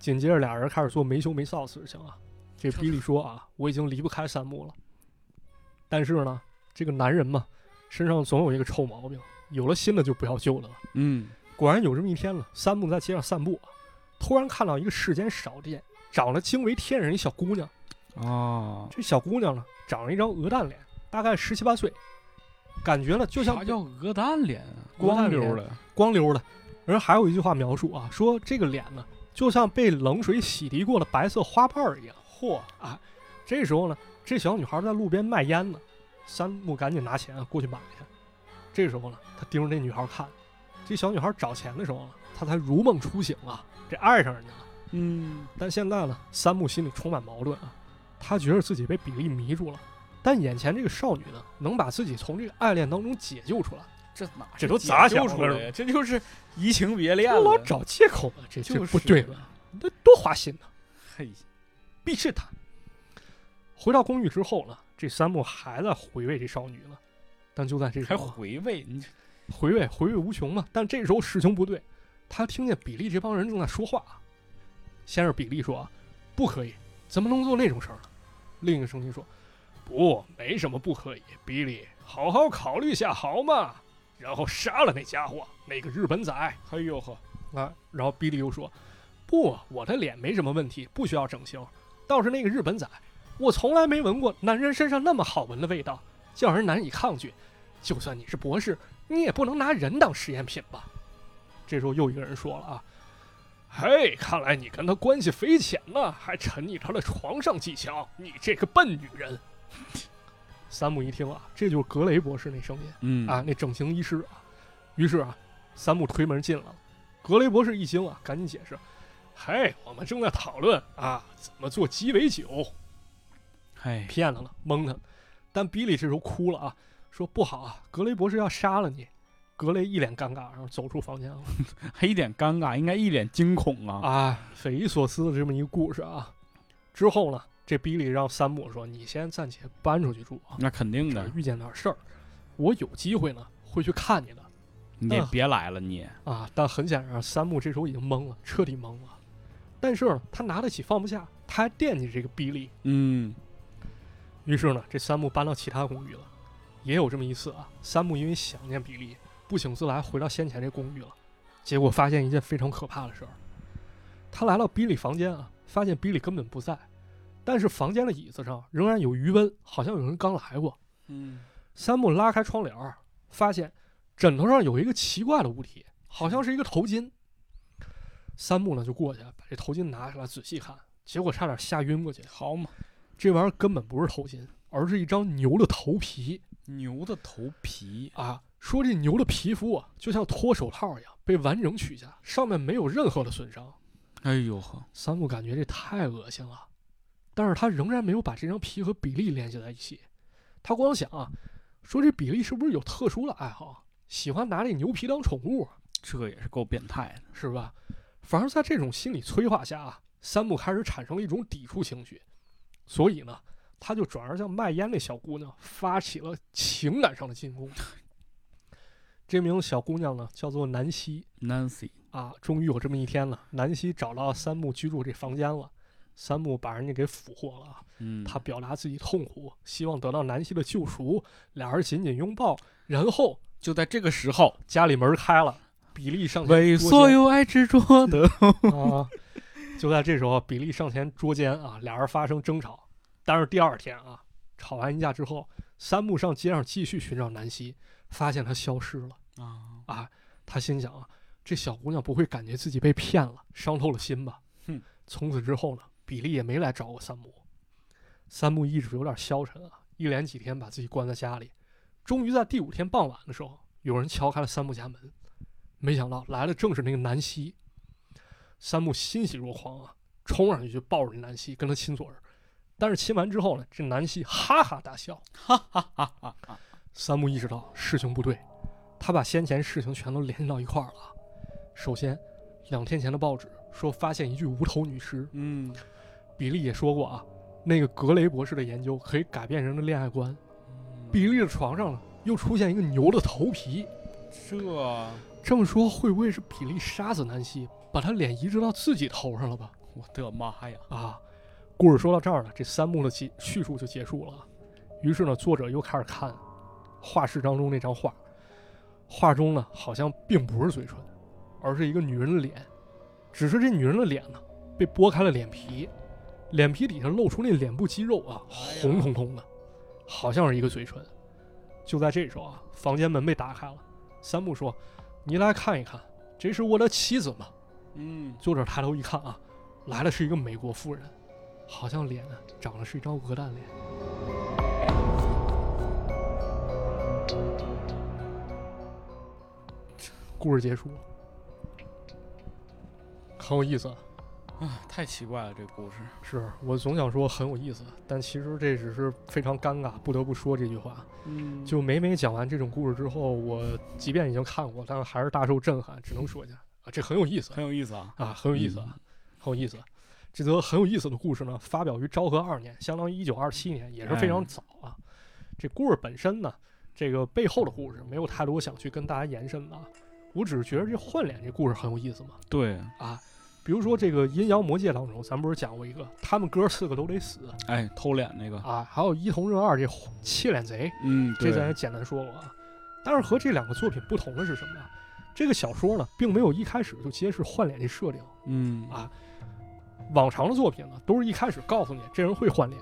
紧接着俩人开始做没羞没臊的事情啊。这比利说啊：“我已经离不开三木了，但是呢，这个男人嘛，身上总有一个臭毛病，有了新的就不要旧的了。
嗯
果然有这么一天了，三木在街上散步啊，突然看到一个世间少见、长得惊为天人一小姑娘。
啊，
这小姑娘呢，长了一张鹅蛋脸，大概十七八岁，感觉呢就像
啥叫鹅蛋脸啊？
鹅蛋
光
脸
溜儿的，
光溜的。人还有一句话描述啊，说这个脸呢，就像被冷水洗涤过的白色花瓣儿一样。嚯啊！这时候呢，这小女孩在路边卖烟呢，三木赶紧拿钱啊过去买去。这时候呢，他盯着这女孩看，这小女孩找钱的时候呢，他才如梦初醒啊，这爱上人家了。
嗯
但现在呢，三木心里充满矛盾啊，他觉得自己被比利迷住了，但眼前这个少女呢，能把自己从这个爱恋当中解救出来。
这哪
这都咋
解救
想
出
的
来呀？这就是移情别恋
他老
了，
找借口了，这这
就
不
是
对了，那多花心呢，
嘿，
鄙视他。回到公寓之后呢，这三木还在回味这少女呢，但就在这时
还
候
回味你
回味回味无穷嘛。但这时候事情不对，他听见比利这帮人正在说话啊。先是比利说啊：“不可以，怎么能做那种事儿呢？”另一个声音说：“不，没什么不可以，比利，好好考虑下好吗？”然后杀了那家伙，那个日本仔。
嘿呦呵，
啊，然后比利又说：“不，我的脸没什么问题，不需要整形。倒是那个日本仔，我从来没闻过男人身上那么好闻的味道，叫人难以抗拒。就算你是博士，你也不能拿人当实验品吧？”这时候又一个人说了啊：“嘿，看来你跟他关系匪浅呢，还沉溺他的床上技巧，你这个笨女人。”三木一听啊，这就是格雷博士那声音。
嗯
啊，那整形医师啊。于是啊，三木推门进来了。格雷博士一惊啊，赶紧解释：“嘿，我们正在讨论啊，怎么做鸡尾酒。”
哎，
骗他了，蒙他了。但比利这时候哭了啊，说不好啊，格雷博士要杀了你。格雷一脸尴尬，然后走出房间了。
还一脸尴尬，应该一脸惊恐啊！
啊，匪夷所思的这么一个故事啊。之后呢，这比利让山姆说：“你先暂且搬出去住啊，
那肯定
哪儿
的，
遇见点事儿，我有机会呢会去看你的
你也
嗯
别来了，你
啊。”但很显然，山姆这时候已经懵了，彻底懵了。但是呢，他拿得起放不下，他还惦记这个比利。
嗯，
于是呢，这山姆搬到其他公寓了。也有这么一次啊，山姆因为想念比利，不请自来回到先前这公寓了。结果发现一件非常可怕的事儿，他来到比利房间啊，发现比利根本不在，但是房间的椅子上仍然有余温，好像有人刚来过。
嗯，
山姆拉开窗帘儿，发现枕头上有一个奇怪的物体，好像是一个头巾。山姆呢就过去把这头巾拿下来仔细看，结果差点吓晕过去。啊
好嘛，
这玩意儿根本不是头巾，而是一张牛的头皮
牛的头皮，
啊！说这牛的皮肤啊，就像脱手套一样被完整取下，上面没有任何的损伤。
哎呦呵，
三木感觉这太恶心了，但是他仍然没有把这张皮和比利联系在一起。他光想啊，说这比利是不是有特殊的爱好，啊喜欢拿这牛皮当宠物，
这也是够变态的，
是吧？反而在这种心理催化下啊，三木开始产生了一种抵触情绪，所以呢，他就转而向卖烟那小姑娘发起了情感上的进攻。这名小姑娘呢，叫做南希，
Nancy，
啊，终于有这么一天了。南希找到三木居住这房间了，三木把人家给俘获了啊。
嗯，
他表达自己痛苦，希望得到南希的救赎，俩人紧紧拥抱。然后
就在这个时候，
家里门开了，比利上前
为
捉
所
奸
有爱执着 的，
啊，就在这时候，比利上前捉奸啊，俩人发生争吵。但是第二天啊，吵完一架之后，三木上街上继续寻找南希，发现她消失了。
啊，
他心想啊，这小姑娘不会感觉自己被骗了，伤透了心吧？
哼，
从此之后呢，比利也没来找过三木。三木一直有点消沉啊，一连几天把自己关在家里。终于在第五天傍晚的时候，有人敲开了三木家门，没想到来的正是那个南希。三木欣喜若狂啊，冲上去就抱着南希跟她亲嘴儿。但是亲完之后呢，这南希哈哈大笑，
哈哈，
三木意识到事情不对，他把先前事情全都联系到一块儿了啊。首先，两天前的报纸说发现一具无头女尸，
嗯，
比利也说过啊，那个格雷博士的研究可以改变人的恋爱观。比利的床上呢又出现一个牛的头皮，
这，
这么说会不会是比利杀死南希，把他脸移植到自己头上了吧？
我的妈呀，
啊，故事说到这儿呢，这三幕的叙叙述就结束了啊。于是呢，作者又开始看画室当中那张画，画中呢好像并不是嘴唇，而是一个女人的脸，只是这女人的脸呢被剥开了脸皮，脸皮底下露出那脸部肌肉啊，红彤彤的，好像是一个嘴唇。就在这时候啊，房间门被打开了，三木说：“你来看一看，这是我的妻子吗？”
嗯，
作者抬头一看啊，来的是一个美国妇人，好像脸啊长的是一张鹅蛋脸。故事结束了，很有意思啊。
啊，太奇怪了，这故事，
是我总想说很有意思，但其实这只是非常尴尬，不得不说这句话。
嗯，
就每每讲完这种故事之后，我即便已经看过，但还是大受震撼，只能说一下啊，这很有意思。
很有意思啊，
啊，很有意思，啊，很有意思。这则很有意思的故事呢，发表于昭和二年，相当于一九二七年，也是非常
哎
早啊。这故事本身呢，这个背后的故事没有太多想去跟大家延伸的啊，我只是觉得这换脸这故事很有意思嘛
对，
啊。比如说这个《阴阳魔界》当中，咱不是讲过一个，他们哥四个都得死
哎，偷脸那个，
啊，还有伊藤润二这切脸贼，
嗯，
这
对
咱也简单说过啊。但是和这两个作品不同的是什么啊？这个小说呢，并没有一开始就揭示换脸这设定，
嗯
啊往常的作品呢，都是一开始告诉你这人会换脸，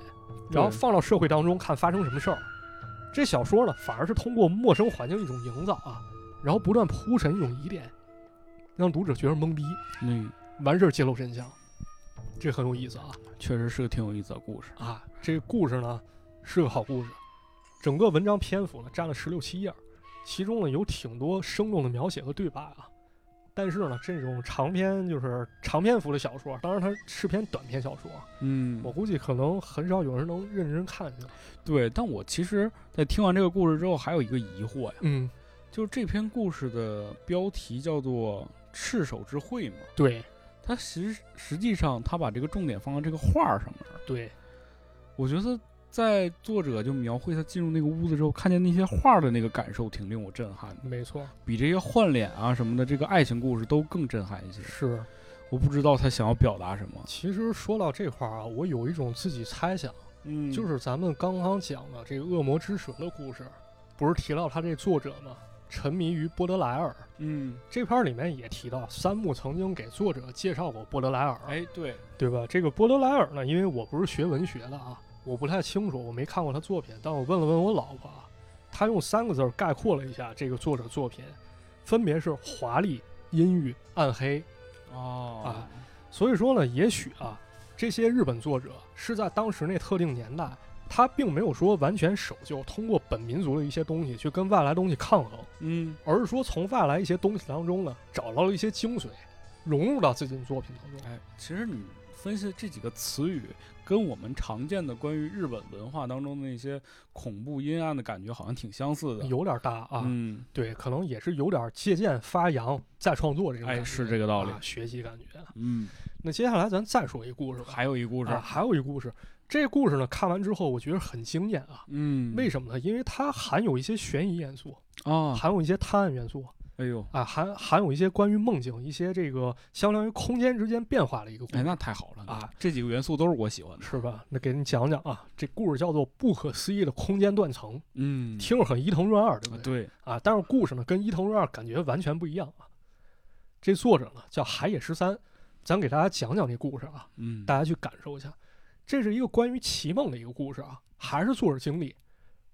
对
然后放到社会当中看发生什么事儿。这小说呢，反而是通过陌生环境一种营造啊，然后不断铺陈一种疑点，让读者觉得懵逼，
那
完事儿揭露真相，这很有意思啊
确实是个挺有意思的故事，
啊！这故事呢是个好故事，整个文章篇幅呢占了十六七页儿，其中呢有挺多生动的描写和对白啊。但是呢，这种长篇就是长篇幅的小说，当然它是篇短篇小说，
嗯，
我估计可能很少有人能认真看去了。
对，但我其实，在听完这个故事之后，还有一个疑惑呀，
嗯，
就是这篇故事的标题叫做“赤手之会”嘛，
对
它其实实际上他把这个重点放到这个画儿上面了。
对，
我觉得在作者就描绘他进入那个屋子之后，看见那些画儿的那个感受，挺令我震撼的，
没错，
比这些换脸啊什么的这个爱情故事都更震撼一些。
是。
我不知道他想要表达什么，
其实说到这块儿啊，我有一种自己猜想，
嗯
就是咱们刚刚讲的这个恶魔之蛇的故事，不是提到他这作者吗？沉迷于波德莱尔
嗯，
这篇儿里面也提到，三木曾经给作者介绍过波德莱尔，
哎，对，
对吧？这个波德莱尔呢，因为我不是学文学的啊，我不太清楚，我没看过他作品，但我问了问我老婆啊，她用三个字儿概括了一下这个作者作品，分别是华丽、阴郁、暗黑。
哦
啊，所以说呢，也许啊，这些日本作者是在当时那特定年代，他并没有说完全守旧，通过本民族的一些东西去跟外来东西抗衡，
嗯，
而是说从外来一些东西当中呢，找到了一些精髓，融入到自己的作品当中。
哎，其实你分析这几个词语，跟我们常见的关于日本文化当中的那些恐怖阴暗的感觉，好像挺相似的。
有点搭啊，
嗯，
对，可能也是有点借鉴、发扬、再创作这种感
哎，
觉，
是这个道理
啊。学习感觉。
嗯，
那接下来咱再说一故事吧，
还有一故事
啊，，还有一故事，这故事呢，看完之后我觉得很惊艳啊。
嗯，
为什么呢？因为它含有一些悬疑元素，
啊？
含有一些探案元素
哎呦，
啊，含含有一些关于梦境、一些这个相当于空间之间变化的一个故
哎，
事，
那太好了
啊！
这几个元素都是我喜欢的。
是吧？那给你讲讲啊，这故事叫做《不可思议的空间断层》，
嗯，
听着很伊藤润二，对不
啊
对？
对，
啊，但是故事呢跟伊藤润二感觉完全不一样啊。这作者呢叫海野十三，咱给大家讲讲这故事啊，
嗯，
大家去感受一下。这是一个关于奇梦的一个故事啊，还是作者经历。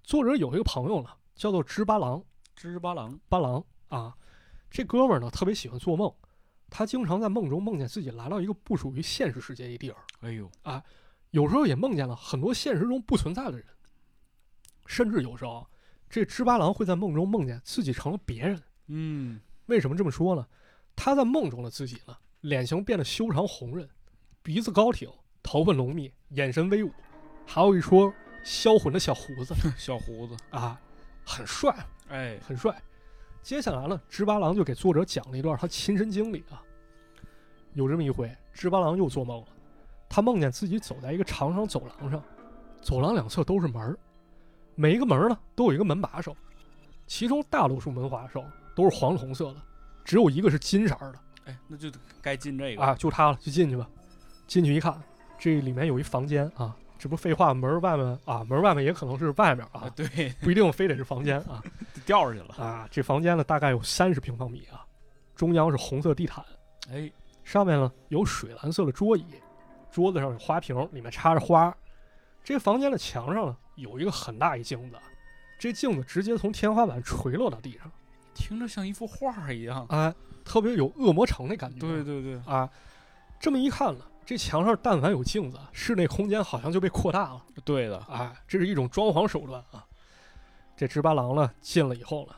作者有一个朋友呢，叫做直八郎，
知八郎，
八郎啊，这哥们儿呢特别喜欢做梦，他经常在梦中梦见自己来到一个不属于现实世界的地儿，
哎呦，
有时候也梦见了很多现实中不存在的人，甚至有时候这直八郎会在梦中梦见自己成了别人。
嗯，
为什么这么说呢？他在梦中的自己呢，脸型变得修长红润，鼻子高挺，头发浓密，眼神威武，还有一撮销魂的小胡子
小胡子，
啊，很帅，
哎，
很帅。接下来呢，直八郎就给作者讲了一段他亲身经历啊。有这么一回，直八郎又做梦了，他梦见自己走在一个长长走廊上，走廊两侧都是门儿，每一个门儿呢都有一个门把手，其中大多数门把手都是黄红色的，只有一个是金色儿的
哎，那就该进这个。
啊，就它了，就进去吧。进去一看，这里面有一房间啊，这不废话，门儿外面啊，门儿外面也可能是外面
啊，
啊，
对，
不一定非得是房间啊。
掉下去了。
啊，这房间呢大概有三十平方米啊，中央是红色地毯，
哎，
上面呢有水蓝色的桌椅，桌子上有花瓶，里面插着花。这房间的墙上呢有一个很大一镜子，这镜子直接从天花板垂落到地上，
听着像一幅画儿一样。嗯
啊，特别有恶魔城的感 觉。
对对对，
啊，这么一看呢，这墙上但凡有镜子，室内空间好像就被扩大了。
对的。
啊，这是一种装潢手段啊。这直八郎呢进了以后呢，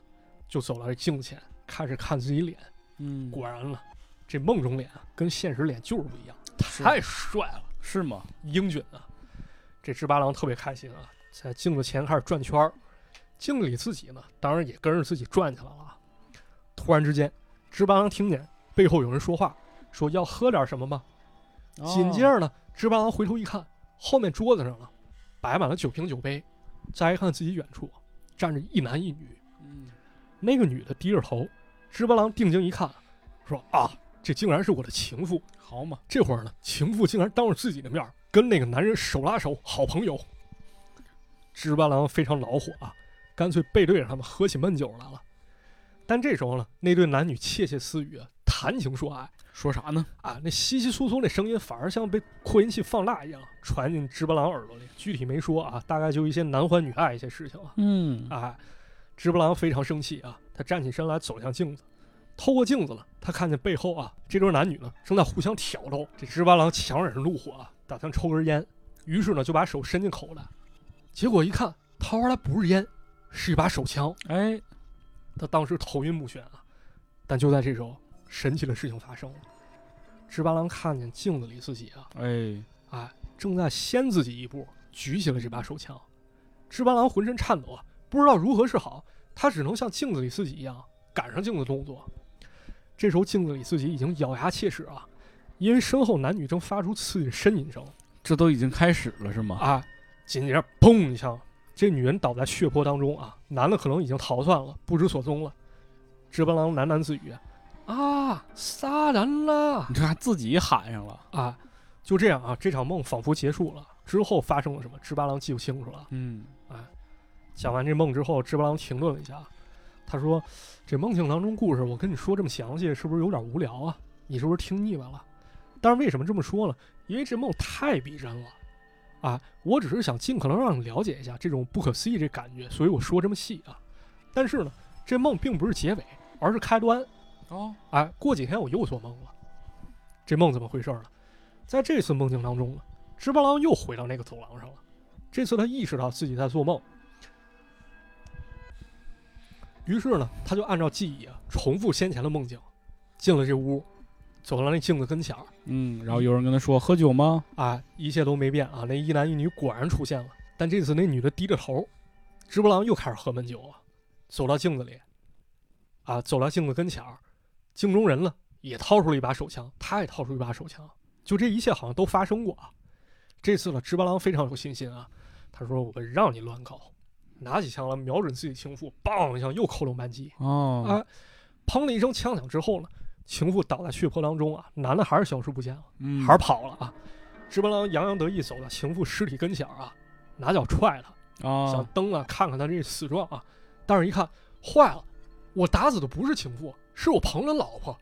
就走到这镜子前，开始看自己脸。
嗯，
果然了，这梦中脸啊跟现实脸就是不一样，
是
太帅了，
是吗？
英俊啊！这只八郎特别开心啊，在镜子前开始转圈儿，镜子里自己呢，当然也跟着自己转起来了啊。突然之间，只八郎听见背后有人说话，说要喝点什么吗？
哦
紧接着呢，只八郎回头一看，后面桌子上了摆满了酒瓶酒杯，再一看自己远处站着一男一女，
哦，
那个女的低着头，直八郎定睛一看，说：“啊，这竟然是我的情妇！
好嘛，
这会儿呢，情妇竟然当着自己的面儿跟那个男人手拉手，好朋友。”直八郎非常恼火啊，干脆背对着他们喝起闷酒来了。但这时候呢，那对男女窃窃私语，谈情说爱
说啥呢？
啊，那稀稀疏疏那声音反而像被扩音器放大一样传进直八郎耳朵里。具体没说啊，大概就一些男欢女爱一些事情啊。
嗯
啊，直布郎非常生气啊，他站起身来走向镜子，透过镜子了，他看见背后啊这对男女呢正在互相挑逗。这直八郎强忍怒火啊，打算抽根烟，于是呢就把手伸进口袋，结果一看掏出来不是烟，是一把手枪。
哎，
他当时头晕目眩啊，但就在这时候，神奇的事情发生了。直八郎看见镜子里自己啊，
哎，
哎，正在先自己一步举起了这把手枪。直八郎浑身颤抖啊，不知道如何是好，他只能像镜子里自己一样赶上镜子动作。这时候镜子里自己已经咬牙切齿啊，因为身后男女正发出刺激的呻吟声
这都已经开始了是吗？
啊，紧接着砰一枪，这女人倒在血泊当中啊，男的可能已经逃窜了，不知所踪了。直八郎喃喃自语：“啊，杀人了！”
你这还自己喊上了，
啊，就这样啊，这场梦仿佛结束了。之后发生了什么，直八郎记不清楚了。
嗯，
讲完这梦之后，直八郎停顿了一下，他说：“这梦境当中故事，我跟你说这么详细，是不是有点无聊啊？你是不是听腻歪了？但是为什么这么说呢？因为这梦太逼真了，啊，我只是想尽可能让你了解一下这种不可思议这感觉，所以我说这么细啊。但是呢，这梦并不是结尾，而是开端。
哦，
哎，过几天我又做梦了，这梦怎么回事呢？在这次梦境当中呢，直八郎又回到那个走廊上了。这次他意识到自己在做梦，于是呢，他就按照记忆啊，重复先前的梦境，进了这屋，走到那镜子跟前儿，
嗯，然后有人跟他说喝酒吗？
啊，一切都没变啊。那一男一女果然出现了，但这次那女的低着头。直八郎又开始喝闷酒啊，走到镜子里，啊，走到镜子跟前儿，镜中人呢也掏出了一把手枪，他也掏出一把手枪，就这一切好像都发生过啊。这次呢，直八郎非常有信心啊，他说：“我让你乱搞。”拿起枪来，瞄准自己情妇，梆一下又扣动扳机，啊
哦，
砰的一声枪响之后呢，情妇倒在血泊当中啊，男的还是消失不见了。
嗯，
孩儿跑了啊！直八郎洋洋得意走到情妇尸体跟前儿啊，拿脚踹他，想
啊，
蹬啊看看他这死状啊，但是一看坏了，我打死的不是情妇，是我朋友的老婆。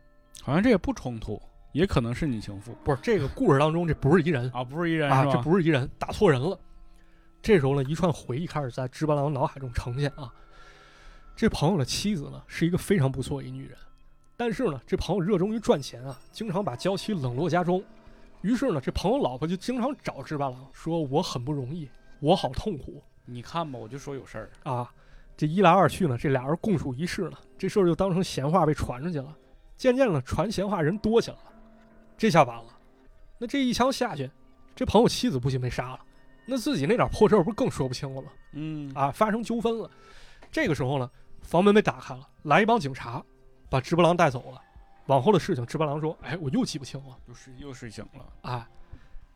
好像这也不冲突，也可能是你情妇
不是这个故事当中这不是一人
啊，不是一人
啊，
是
这
吧？
不是一人，打错人了。这时候呢，一串回忆开始在直八郎脑海中呈现啊。这朋友的妻子呢，是一个非常不错一女人，但是呢，这朋友热衷于赚钱啊，经常把娇妻冷落家中。于是呢，这朋友老婆就经常找直八郎说：“我很不容易，我好痛苦
你看吧，我就说有事儿，
啊。”这一来二去呢，这俩人共处一室呢，这事儿就当成闲话被传出去了。渐渐呢，传闲话人多起来了，这下完了。那这一枪下去，这朋友妻子不仅被杀了，那自己那点破事儿不是更说不清了吗？
嗯
啊，发生纠纷了。这个时候呢，房门被打开了，来一帮警察，把直八郎带走了。往后的事情，直八郎说：“哎，我又记不清了。
又睡又睡醒了，”
啊，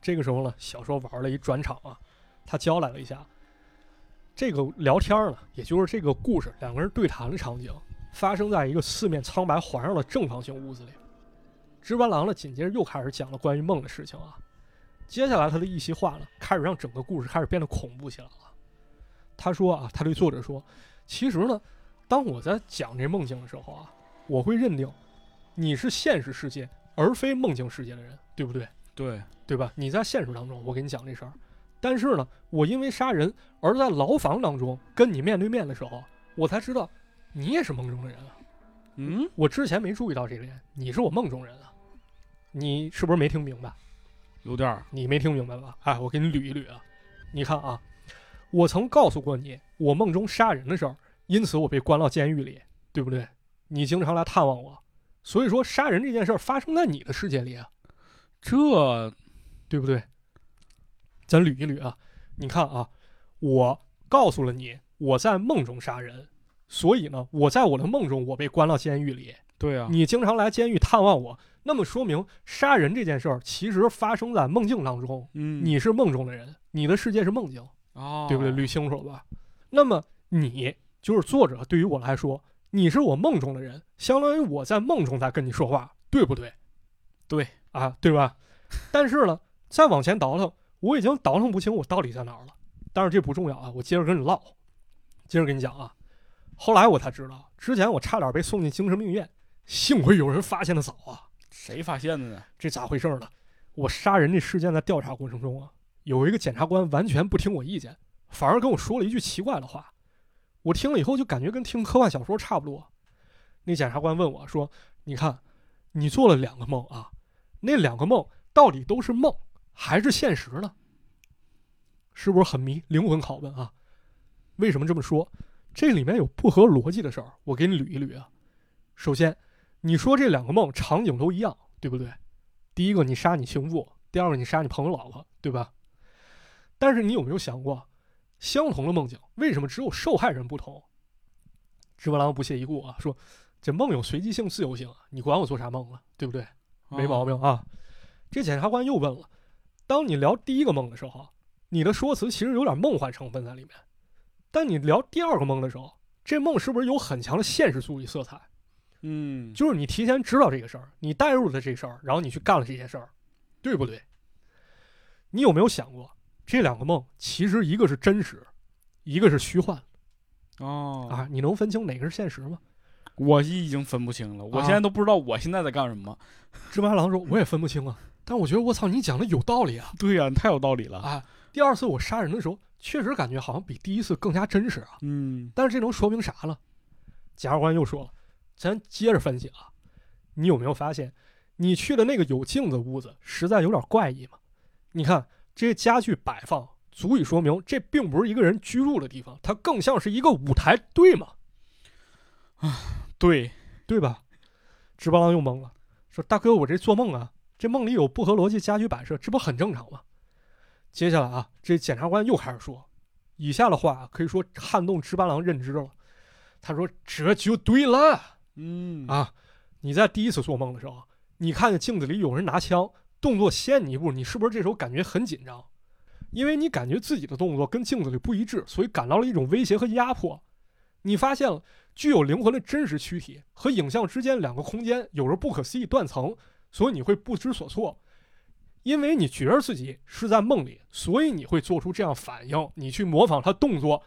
这个时候呢，小时候玩了一转场啊，他交代了一下，这个聊天呢，也就是这个故事两个人对谈的场景，发生在一个四面苍白环绕的正方形屋子里。直八郎呢，紧接着又开始讲了关于梦的事情啊。接下来他的一席话呢，开始让整个故事开始变得恐怖起来了。他说啊，他对作者说，其实呢，当我在讲这梦境的时候啊，我会认定你是现实世界而非梦境世界的人，对不对？
对，
对吧？你在现实当中，我给你讲这事儿，但是呢，我因为杀人而在牢房当中跟你面对面的时候，我才知道你也是梦中的人啊。
嗯，
我之前没注意到这点，你是我梦中人啊。你是不是没听明白？
有点儿，
你没听明白吧？哎，我给你捋一捋啊。你看啊，我曾告诉过你，我梦中杀人的事儿，因此我被关到监狱里，对不对？你经常来探望我，所以说杀人这件事儿发生在你的世界里啊。
这
对不对？咱捋一捋啊，你看啊，我告诉了你我在梦中杀人，所以呢，我在我的梦中我被关到监狱里。
对啊，
你经常来监狱探望我，那么说明杀人这件事儿其实发生在梦境当中，
嗯，
你是梦中的人，你的世界是梦境，
哦，
对不对？捋清楚了吧？那么你就是作者，对于我来说，你是我梦中的人，相当于我在梦中在跟你说话，对不对？
对
啊，对吧？ 但是呢，再往前倒腾，我已经倒腾不清我到底在哪儿了。但是这不重要啊，我接着跟你唠，接着跟你讲啊。后来我才知道，之前我差点被送进精神病院，幸亏有人发现的早啊。
谁发现的呢？
这咋回事儿呢？我杀人这事件在调查过程中啊，有一个检察官完全不听我意见，反而跟我说了一句奇怪的话。我听了以后就感觉跟听科幻小说差不多。那检察官问我说：“你看，你做了两个梦啊，那两个梦到底都是梦还是现实呢？是不是很迷？灵魂拷问啊！为什么这么说？这里面有不合逻辑的事儿，我给你捋一捋啊。首先，你说这两个梦场景都一样，对不对？第一个你杀你情妇，第二个你杀你朋友老婆，对吧？但是你有没有想过，相同的梦境为什么只有受害人不同？直八郎不屑一顾啊，说：“这梦有随机性、自由性啊，你管我做啥梦了，对不对？没毛
哦病。
病啊。”这检察官又问了：“当你聊第一个梦的时候，你的说辞其实有点梦幻成分在里面；但你聊第二个梦的时候，这梦是不是有很强的现实主义色彩？
嗯，
就是你提前知道这个事儿，你带入了这事儿，然后你去干了这件事儿，对不对？你有没有想过，这两个梦其实一个是真实，一个是虚幻
哦
啊？你能分清哪个是现实吗？
我已经分不清了，我
啊
现在都不知道我现在在干什么。
芝麻郎说：“我也分不清啊，但我觉得我操，你讲的有道理啊
对呀、你太有道理了。
啊！第二次我杀人的时候，确实感觉好像比第一次更加真实啊。
嗯，
但是这能说明啥了？检察官又说了，咱接着分析啊，你有没有发现，你去的那个有镜子屋子实在有点怪异嘛？你看这些家具摆放，足以说明这并不是一个人居住的地方，它更像是一个舞台，对吗？
对，
对吧？直八郎又懵了，说：“大哥，我这做梦啊，这梦里有不合逻辑家居摆设，这不很正常吗？”接下来啊，这检察官又开始说，以下的话可以说撼动直八郎认知了。他说：“这就对了。”
嗯
啊，你在第一次做梦的时候，你看见镜子里有人拿枪，动作先你一步，你是不是这时候感觉很紧张？因为你感觉自己的动作跟镜子里不一致，所以感到了一种威胁和压迫。你发现了具有灵魂的真实躯体和影像之间两个空间有着不可思议断层，所以你会不知所措。因为你觉得自己是在梦里，所以你会做出这样反应，你去模仿他动作。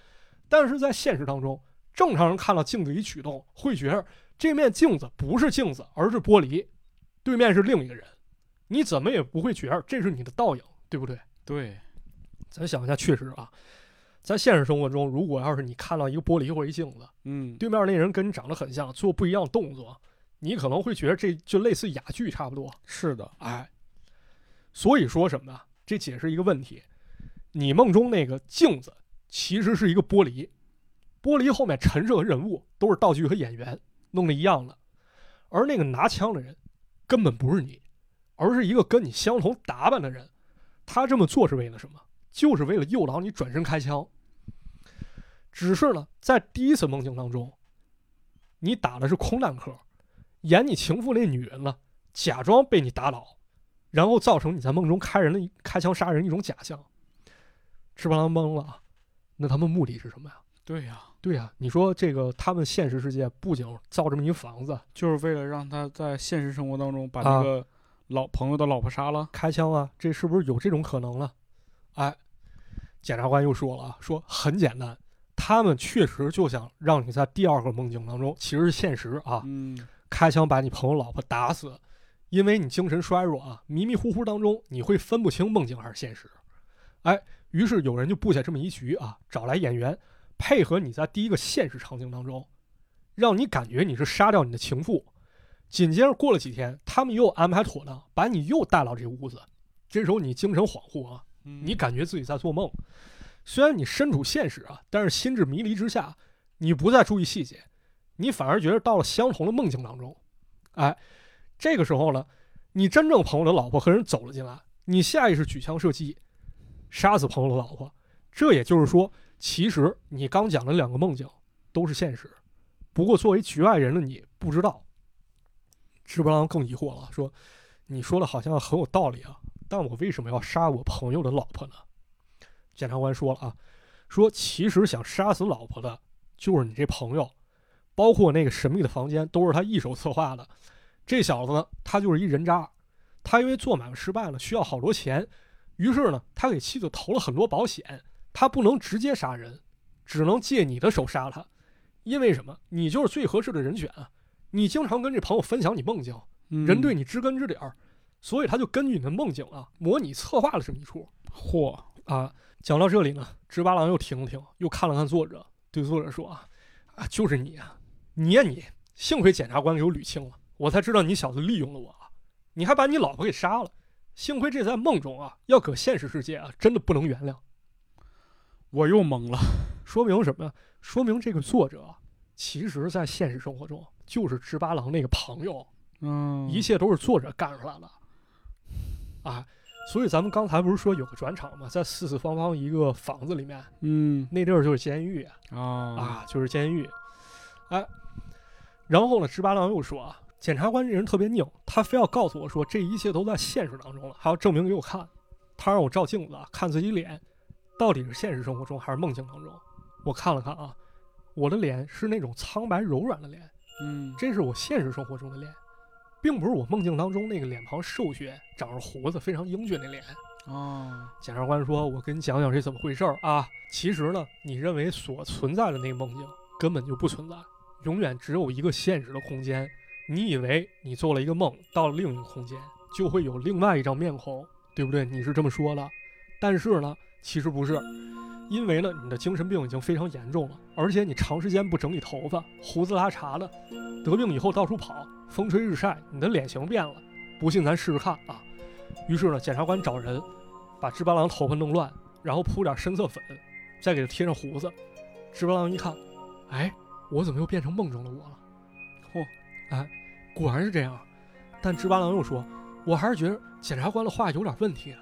但是在现实当中，正常人看到镜子里举动，会觉得这面镜子不是镜子，而是玻璃，对面是另一个人，你怎么也不会觉得这是你的倒影，对不对？
对，
咱想一下，确实啊，在现实生活中，如果要是你看到一个玻璃或一镜子，
嗯，
对面那人跟你长得很像，做不一样的动作，你可能会觉得这就类似哑剧差不多。
是的，
哎，所以说什么呢？这解释一个问题：你梦中那个镜子其实是一个玻璃，玻璃后面陈设和人物都是道具和演员弄的一样的，而那个拿枪的人根本不是你，而是一个跟你相同打扮的人。他这么做是为了什么？就是为了诱导你转身开枪。只是呢，在第一次梦境当中，你打的是空弹壳，演你情妇那女人呢，假装被你打倒，然后造成你在梦中开人的一开枪杀人一种假象。赤巴郎懵了啊，那他们目的是什么呀？
对呀、
对呀、你说这个他们现实世界不仅造这么一房子
就是为了让他在现实生活当中把
啊
那个老朋友的老婆杀了。
开枪啊，这是不是有这种可能了？哎，检察官又说了啊，说很简单，他们确实就想让你在第二个梦境当中，其实是现实啊，
嗯，
开枪把你朋友老婆打死，因为你精神衰弱啊，迷迷糊糊当中你会分不清梦境还是现实。哎，于是有人就布下这么一局啊，找来演员配合你在第一个现实场景当中，让你感觉你是杀掉你的情妇。紧接着过了几天，他们又安排妥当，把你又带到这屋子。这时候你精神恍惚啊，
嗯
你感觉自己在做梦。虽然你身处现实啊，但是心智迷离之下，你不再注意细节，你反而觉得到了相同的梦境当中。哎，这个时候呢，你真正朋友的老婆和人走了进来，你下意识举枪射击，杀死朋友的老婆。这也就是说，其实你刚讲的两个梦境都是现实，不过作为局外人的你不知道。直八郎更疑惑了，说：“你说的好像很有道理啊，但我为什么要杀我朋友的老婆呢？”检察官说了啊，说其实想杀死老婆的就是你这朋友，包括那个神秘的房间都是他一手策划的。这小子呢，他就是一人渣，他因为做买卖失败了，需要好多钱，于是呢，他给妻子投了很多保险。他不能直接杀人，只能借你的手杀他，因为什么？你就是最合适的人选啊！你经常跟这朋友分享你梦境，人对
你
你知根知底儿，所以他就根据你的梦境啊，模拟策划了这么一出。
嚯，
啊，讲到这里呢，直八郎又停了停，又看了看作者，对作者说啊，啊，就是你啊，你呀、你，幸亏检察官给我捋清了，我才知道你小子利用了我啊，你还把你老婆给杀了，幸亏这在梦中啊，要搁现实世界啊，真的不能原谅。
我又懵了。
说明什么呀？说明这个作者啊其实，在现实生活中，就是知八郎那个朋友，啊
嗯，
一切都是作者干出来的，啊，所以咱们刚才不是说有个转场吗？在四四方方一个房子里面，
嗯
那地儿就是监狱
啊
啊，就是监狱，哎，然后呢，直八郎又说啊，检察官这人特别拧，他非要告诉我说这一切都在现实当中了，还要证明给我看，他让我照镜子啊，看自己脸，到底是现实生活中还是梦境当中？我看了看啊，我的脸是那种苍白柔软的脸。
嗯
这是我现实生活中的脸，并不是我梦境当中那个脸庞瘦削、长着胡子、非常英俊的脸。
啊
检察官说：“我跟你讲讲这怎么回事儿啊？其实呢，你认为所存在的那个梦境根本就不存在，永远只有一个现实的空间。你以为你做了一个梦，到了另一个空间就会有另外一张面孔，对不对？你是这么说的，但是呢，其实不是，因为呢，你的精神病已经非常严重了，而且你长时间不整理头发，胡子拉碴的，得病以后到处跑，风吹日晒，你的脸型变了。不信咱试试看啊！于是呢，检察官找人把直八郎头发弄乱，然后铺点深色粉，再给他贴上胡子。直八郎一看，哎，我怎么又变成梦中的我了？嚯、哎，果然是这样。啊但直八郎又说，我还是觉得检察官的话有点问题。啊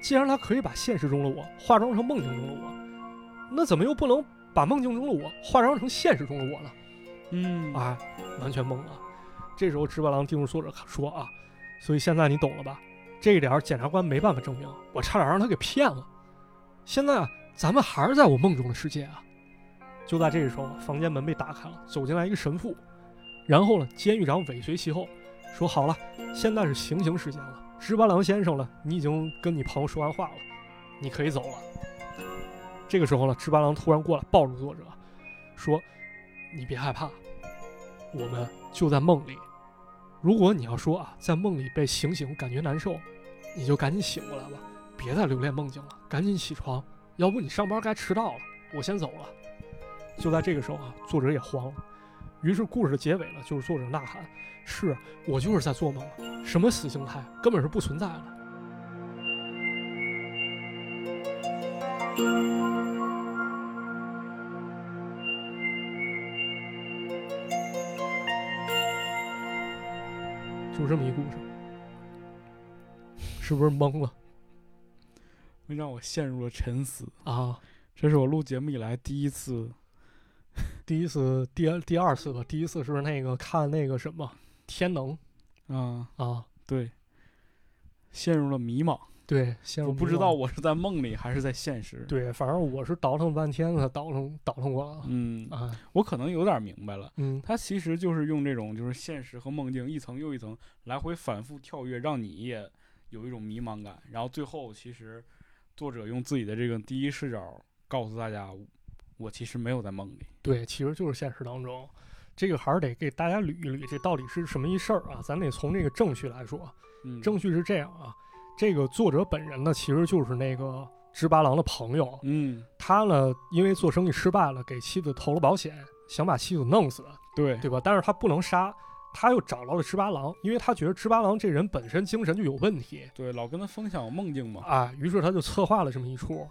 既然他可以把现实中的我化妆成梦境中的我，那怎么又不能把梦境中的我化妆成现实中的我呢？
嗯
啊，完全懵了。这时候直八郎盯住作者说啊，所以现在你懂了吧？这一点儿检察官没办法证明，我差点让他给骗了。现在啊，咱们还是在我梦中的世界啊。就在这个时候，啊房间门被打开了，走进来一个神父，然后呢，监狱长尾随其后，说好了，现在是行刑时间了，直八郎先生了，你已经跟你朋友说完话了，你可以走了。这个时候呢，直八郎突然过来抱住作者，说：“你别害怕，我们就在梦里。如果你要说啊，在梦里被醒醒感觉难受，你就赶紧醒过来吧，别再留恋梦境了，赶紧起床，要不你上班该迟到了。我先走了。就在这个时候啊，作者也慌了，于是故事的结尾呢，就是作者呐喊：“是我就是在做梦了，什么死形态根本是不存在的。”就这么一故事，是不是懵了
让我陷入了沉思。
啊？
这是我录节目以来第一次，
第一次、第二第二次吧，第一次是那个看那个什么天能
啊，
啊，
对，陷入了迷茫。
对，陷入
我不
迷
知
茫
道我是在梦里还是在现实。，
对，反正我是倒腾半天了，倒腾倒腾过了
嗯，
啊，
我可能有点明白了。
嗯，
它其实就是用这种就是现实和梦境一层又一层来回反复跳跃，让你也有一种迷茫感。然后最后，其实作者用自己的这个第一视角告诉大家，我其实没有在梦里。
对，其实就是现实当中，这个还是得给大家捋一捋，这到底是什么一事儿啊？咱得从这个证据来说，
嗯，
证据是这样啊，这个作者本人呢，其实就是那个直八郎的朋友，
嗯，
他呢，因为做生意失败了，给妻子投了保险，想把妻子弄死，
对，
对吧？但是他不能杀，他又找到了直八郎，因为他觉得直八郎这人本身精神就有问题
对，老跟他分享梦境嘛，
啊，于是他就策划了这么一出。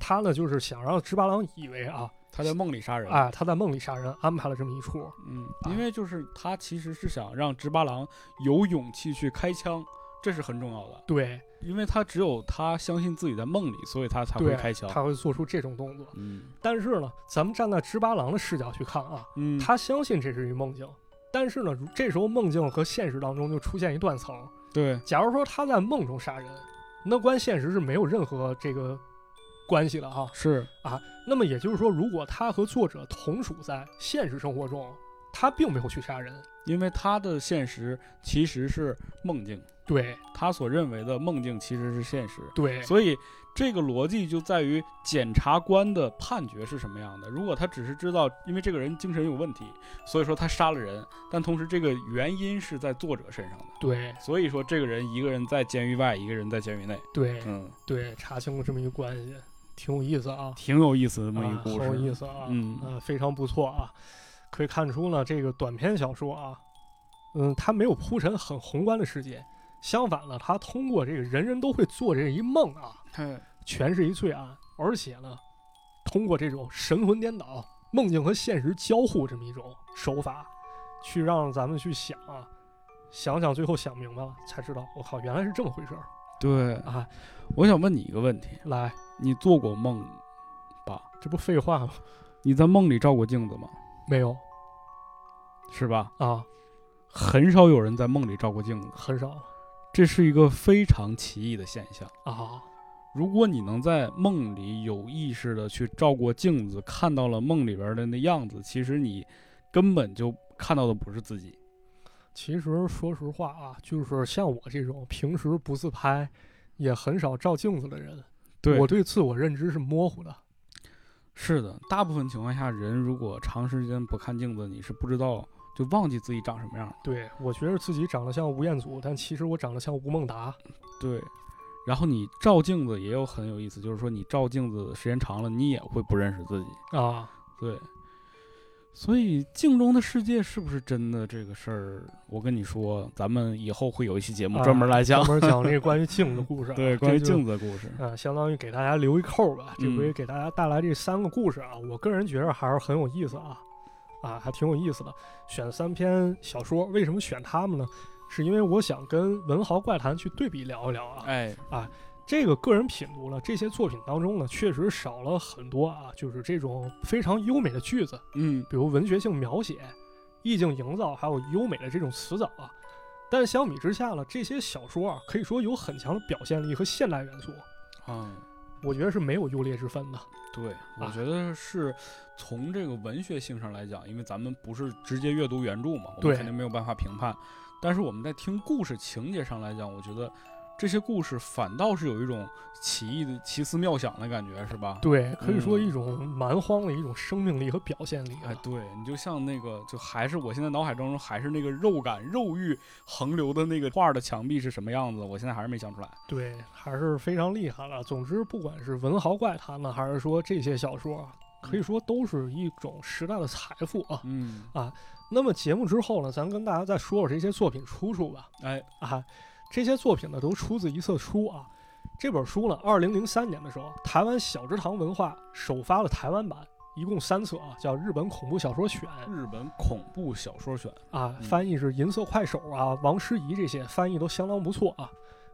他呢，就是想让直八郎以为啊，
他在梦里杀人。
啊，他在梦里杀人，安排了这么一出。
嗯，
啊
因为就是他其实是想让直八郎有勇气去开枪，这是很重要的，
对，
因为他只有他相信自己在梦里，所以他才会
对，
开枪。
他会做出这种动作。
嗯
但是呢，咱们站在直八郎的视角去看啊，
嗯，
他相信这是一梦境，但是呢，如这时候梦境和现实当中就出现一断层。
对，
假如说他在梦中杀人，那关现实是没有任何这个关系了哈。
是
那么也就是说，如果他和作者同处在现实生活中，他并没有去杀人，
因为他的现实其实是梦境，
对
他所认为的梦境其实是现实，
对
所以这个逻辑就在于检察官的判决是什么样的。如果他只是知道，因为这个人精神有问题，所以说他杀了人，但同时这个原因是在作者身上的，
对
所以说这个人一个人在监狱外，一个人在监狱内，
对
嗯，
对，查清了这么一个关系，挺有意思啊，
挺有意思的这么一
啊
个故
很有
事，
意思啊，
嗯
呃，非常不错啊。可以看出呢，这个短篇小说啊，嗯，它没有铺陈很宏观的世界，相反呢，它通过这个人人都会做这一梦啊，
太
全是一罪案，而且呢，通过这种神魂颠倒、梦境和现实交互这么一种手法，去让咱们去想啊，想想最后想明白了才知道，我靠，原来是这么回事儿
对，
啊！
我想问你一个问题：
来，
你做过梦吧？
这不废话吗？
你在梦里照过镜子吗？
没有
是吧？
啊，
很少有人在梦里照过镜子，
很少
这是一个非常奇异的现象。
啊，
如果你能在梦里有意识的去照过镜子，看到了梦里边的那样子，其实你根本就看到的不是自己。
其实说实话啊，就是像我这种平时不自拍，也很少照镜子的人，
对
我对自我认知是模糊的。
是的，大部分情况下，人如果长时间不看镜子，你是不知道就忘记自己长什么样了。
对我觉得自己长得像吴彦祖，但其实我长得像吴孟达。
对，然后你照镜子也有很有意思，就是说你照镜子时间长了，你也会不认识自己。
啊，
对，所以镜中的世界是不是真的这个事儿，我跟你说，咱们以后会有一期节目
啊
专门来讲。。
专门讲这个关于镜的故事、啊
对，关于镜子
子
的故事，
啊，相当于给大家留一扣吧。这回
嗯
给大家带来这三个故事啊，我个人觉得还是很有意思啊，啊，还挺有意思的。选三篇小说，为什么选它们呢？是因为我想跟文豪怪谈去对比聊一聊啊。
哎，
这个个人品读了这些作品当中呢，确实少了很多啊，就是这种非常优美的句子，
嗯，
比如文学性描写、意境营造，还有优美的这种词藻啊。但相比之下呢，这些小说啊，可以说有很强的表现力和现代元素，
啊，
我觉得是没有优劣之分的。
对，我
啊
觉得是从这个文学性上来讲，因为咱们不是直接阅读原著嘛，我
对
们肯定没有办法评判。但是我们在听故事情节上来讲，我觉得这些故事反倒是有一种奇异的奇思妙想的感觉，是吧？
对，可以说
嗯
一种蛮荒的一种生命力和表现力、
哎
啊，。
对你就像那个，就还是我现在脑海当中还是那个肉感、肉欲横流的那个画的墙壁是什么样子，我现在还是没想出来。
对，还是非常厉害了。总之，不管是文豪怪谈呢，还是说这些小说啊，可以说都是一种时代的财富啊。
嗯，
那么节目之后呢，咱跟大家再说说这些作品出处吧。
哎，
啊，这些作品呢都出自一册书啊。这本书呢，二零零三年的时候，台湾小之堂文化首发了台湾版，一共三册啊，叫《日本恐怖小说选》
日本恐怖小说选，
啊，
嗯
翻译是银色快手啊、王诗怡这些翻译都相当不错啊。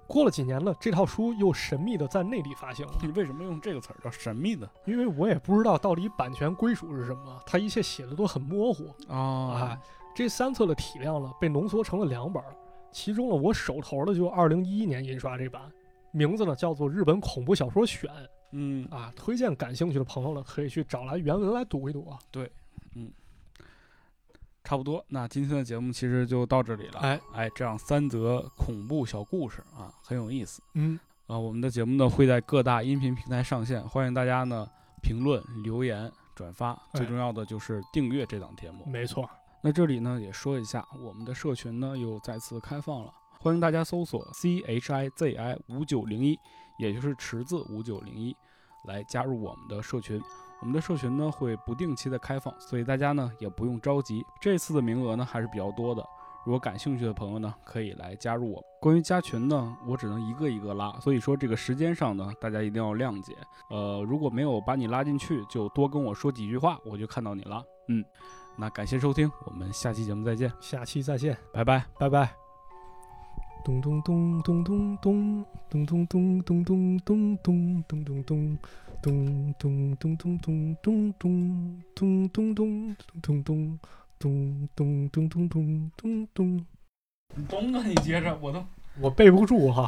过了几年呢，这套书又神秘的在内地发行了，
你为什么用这个词儿叫神秘的
因为我也不知道到底版权归属是什么，它一切写的都很模糊。
啊
啊？这三册的体量呢，被浓缩成了两本儿，其中呢，我手头的就二零一一年印刷这版，名字呢叫做《日本恐怖小说选》
嗯
啊，推荐感兴趣的朋友呢，可以去找来原文来读一读啊。
差不多。那今天的节目其实就到这里了。
哎
哎，这样三则恐怖小故事啊，很有意思
嗯，
啊。我们的节目呢会在各大音频平台上线，欢迎大家呢评论、留言、转发，最
哎
重要的就是订阅这档节目。
没错儿，
那这里呢也说一下，我们的社群呢又再次开放了，欢迎大家搜索 C H I Z I 五九零一，也就是池子五九零一，来加入我们的社群。我们的社群呢会不定期的开放，所以大家呢也不用着急。这次的名额呢还是比较多的，如果感兴趣的朋友呢可以来加入我。关于加群呢，我只能一个一个拉，所以说这个时间上呢大家一定要谅解。呃，如果没有把你拉进去，就多跟我说几句话，我就看到你了。嗯。那感谢收听，我们下期节目再见，
下期再见，
拜拜。
拜拜。咚咚咚咚咚咚咚咚咚咚咚咚咚咚咚咚咚咚咚咚咚咚咚咚咚咚咚咚咚咚咚咚咚咚咚。
你懂啊，你接着我都。
我背不住哈。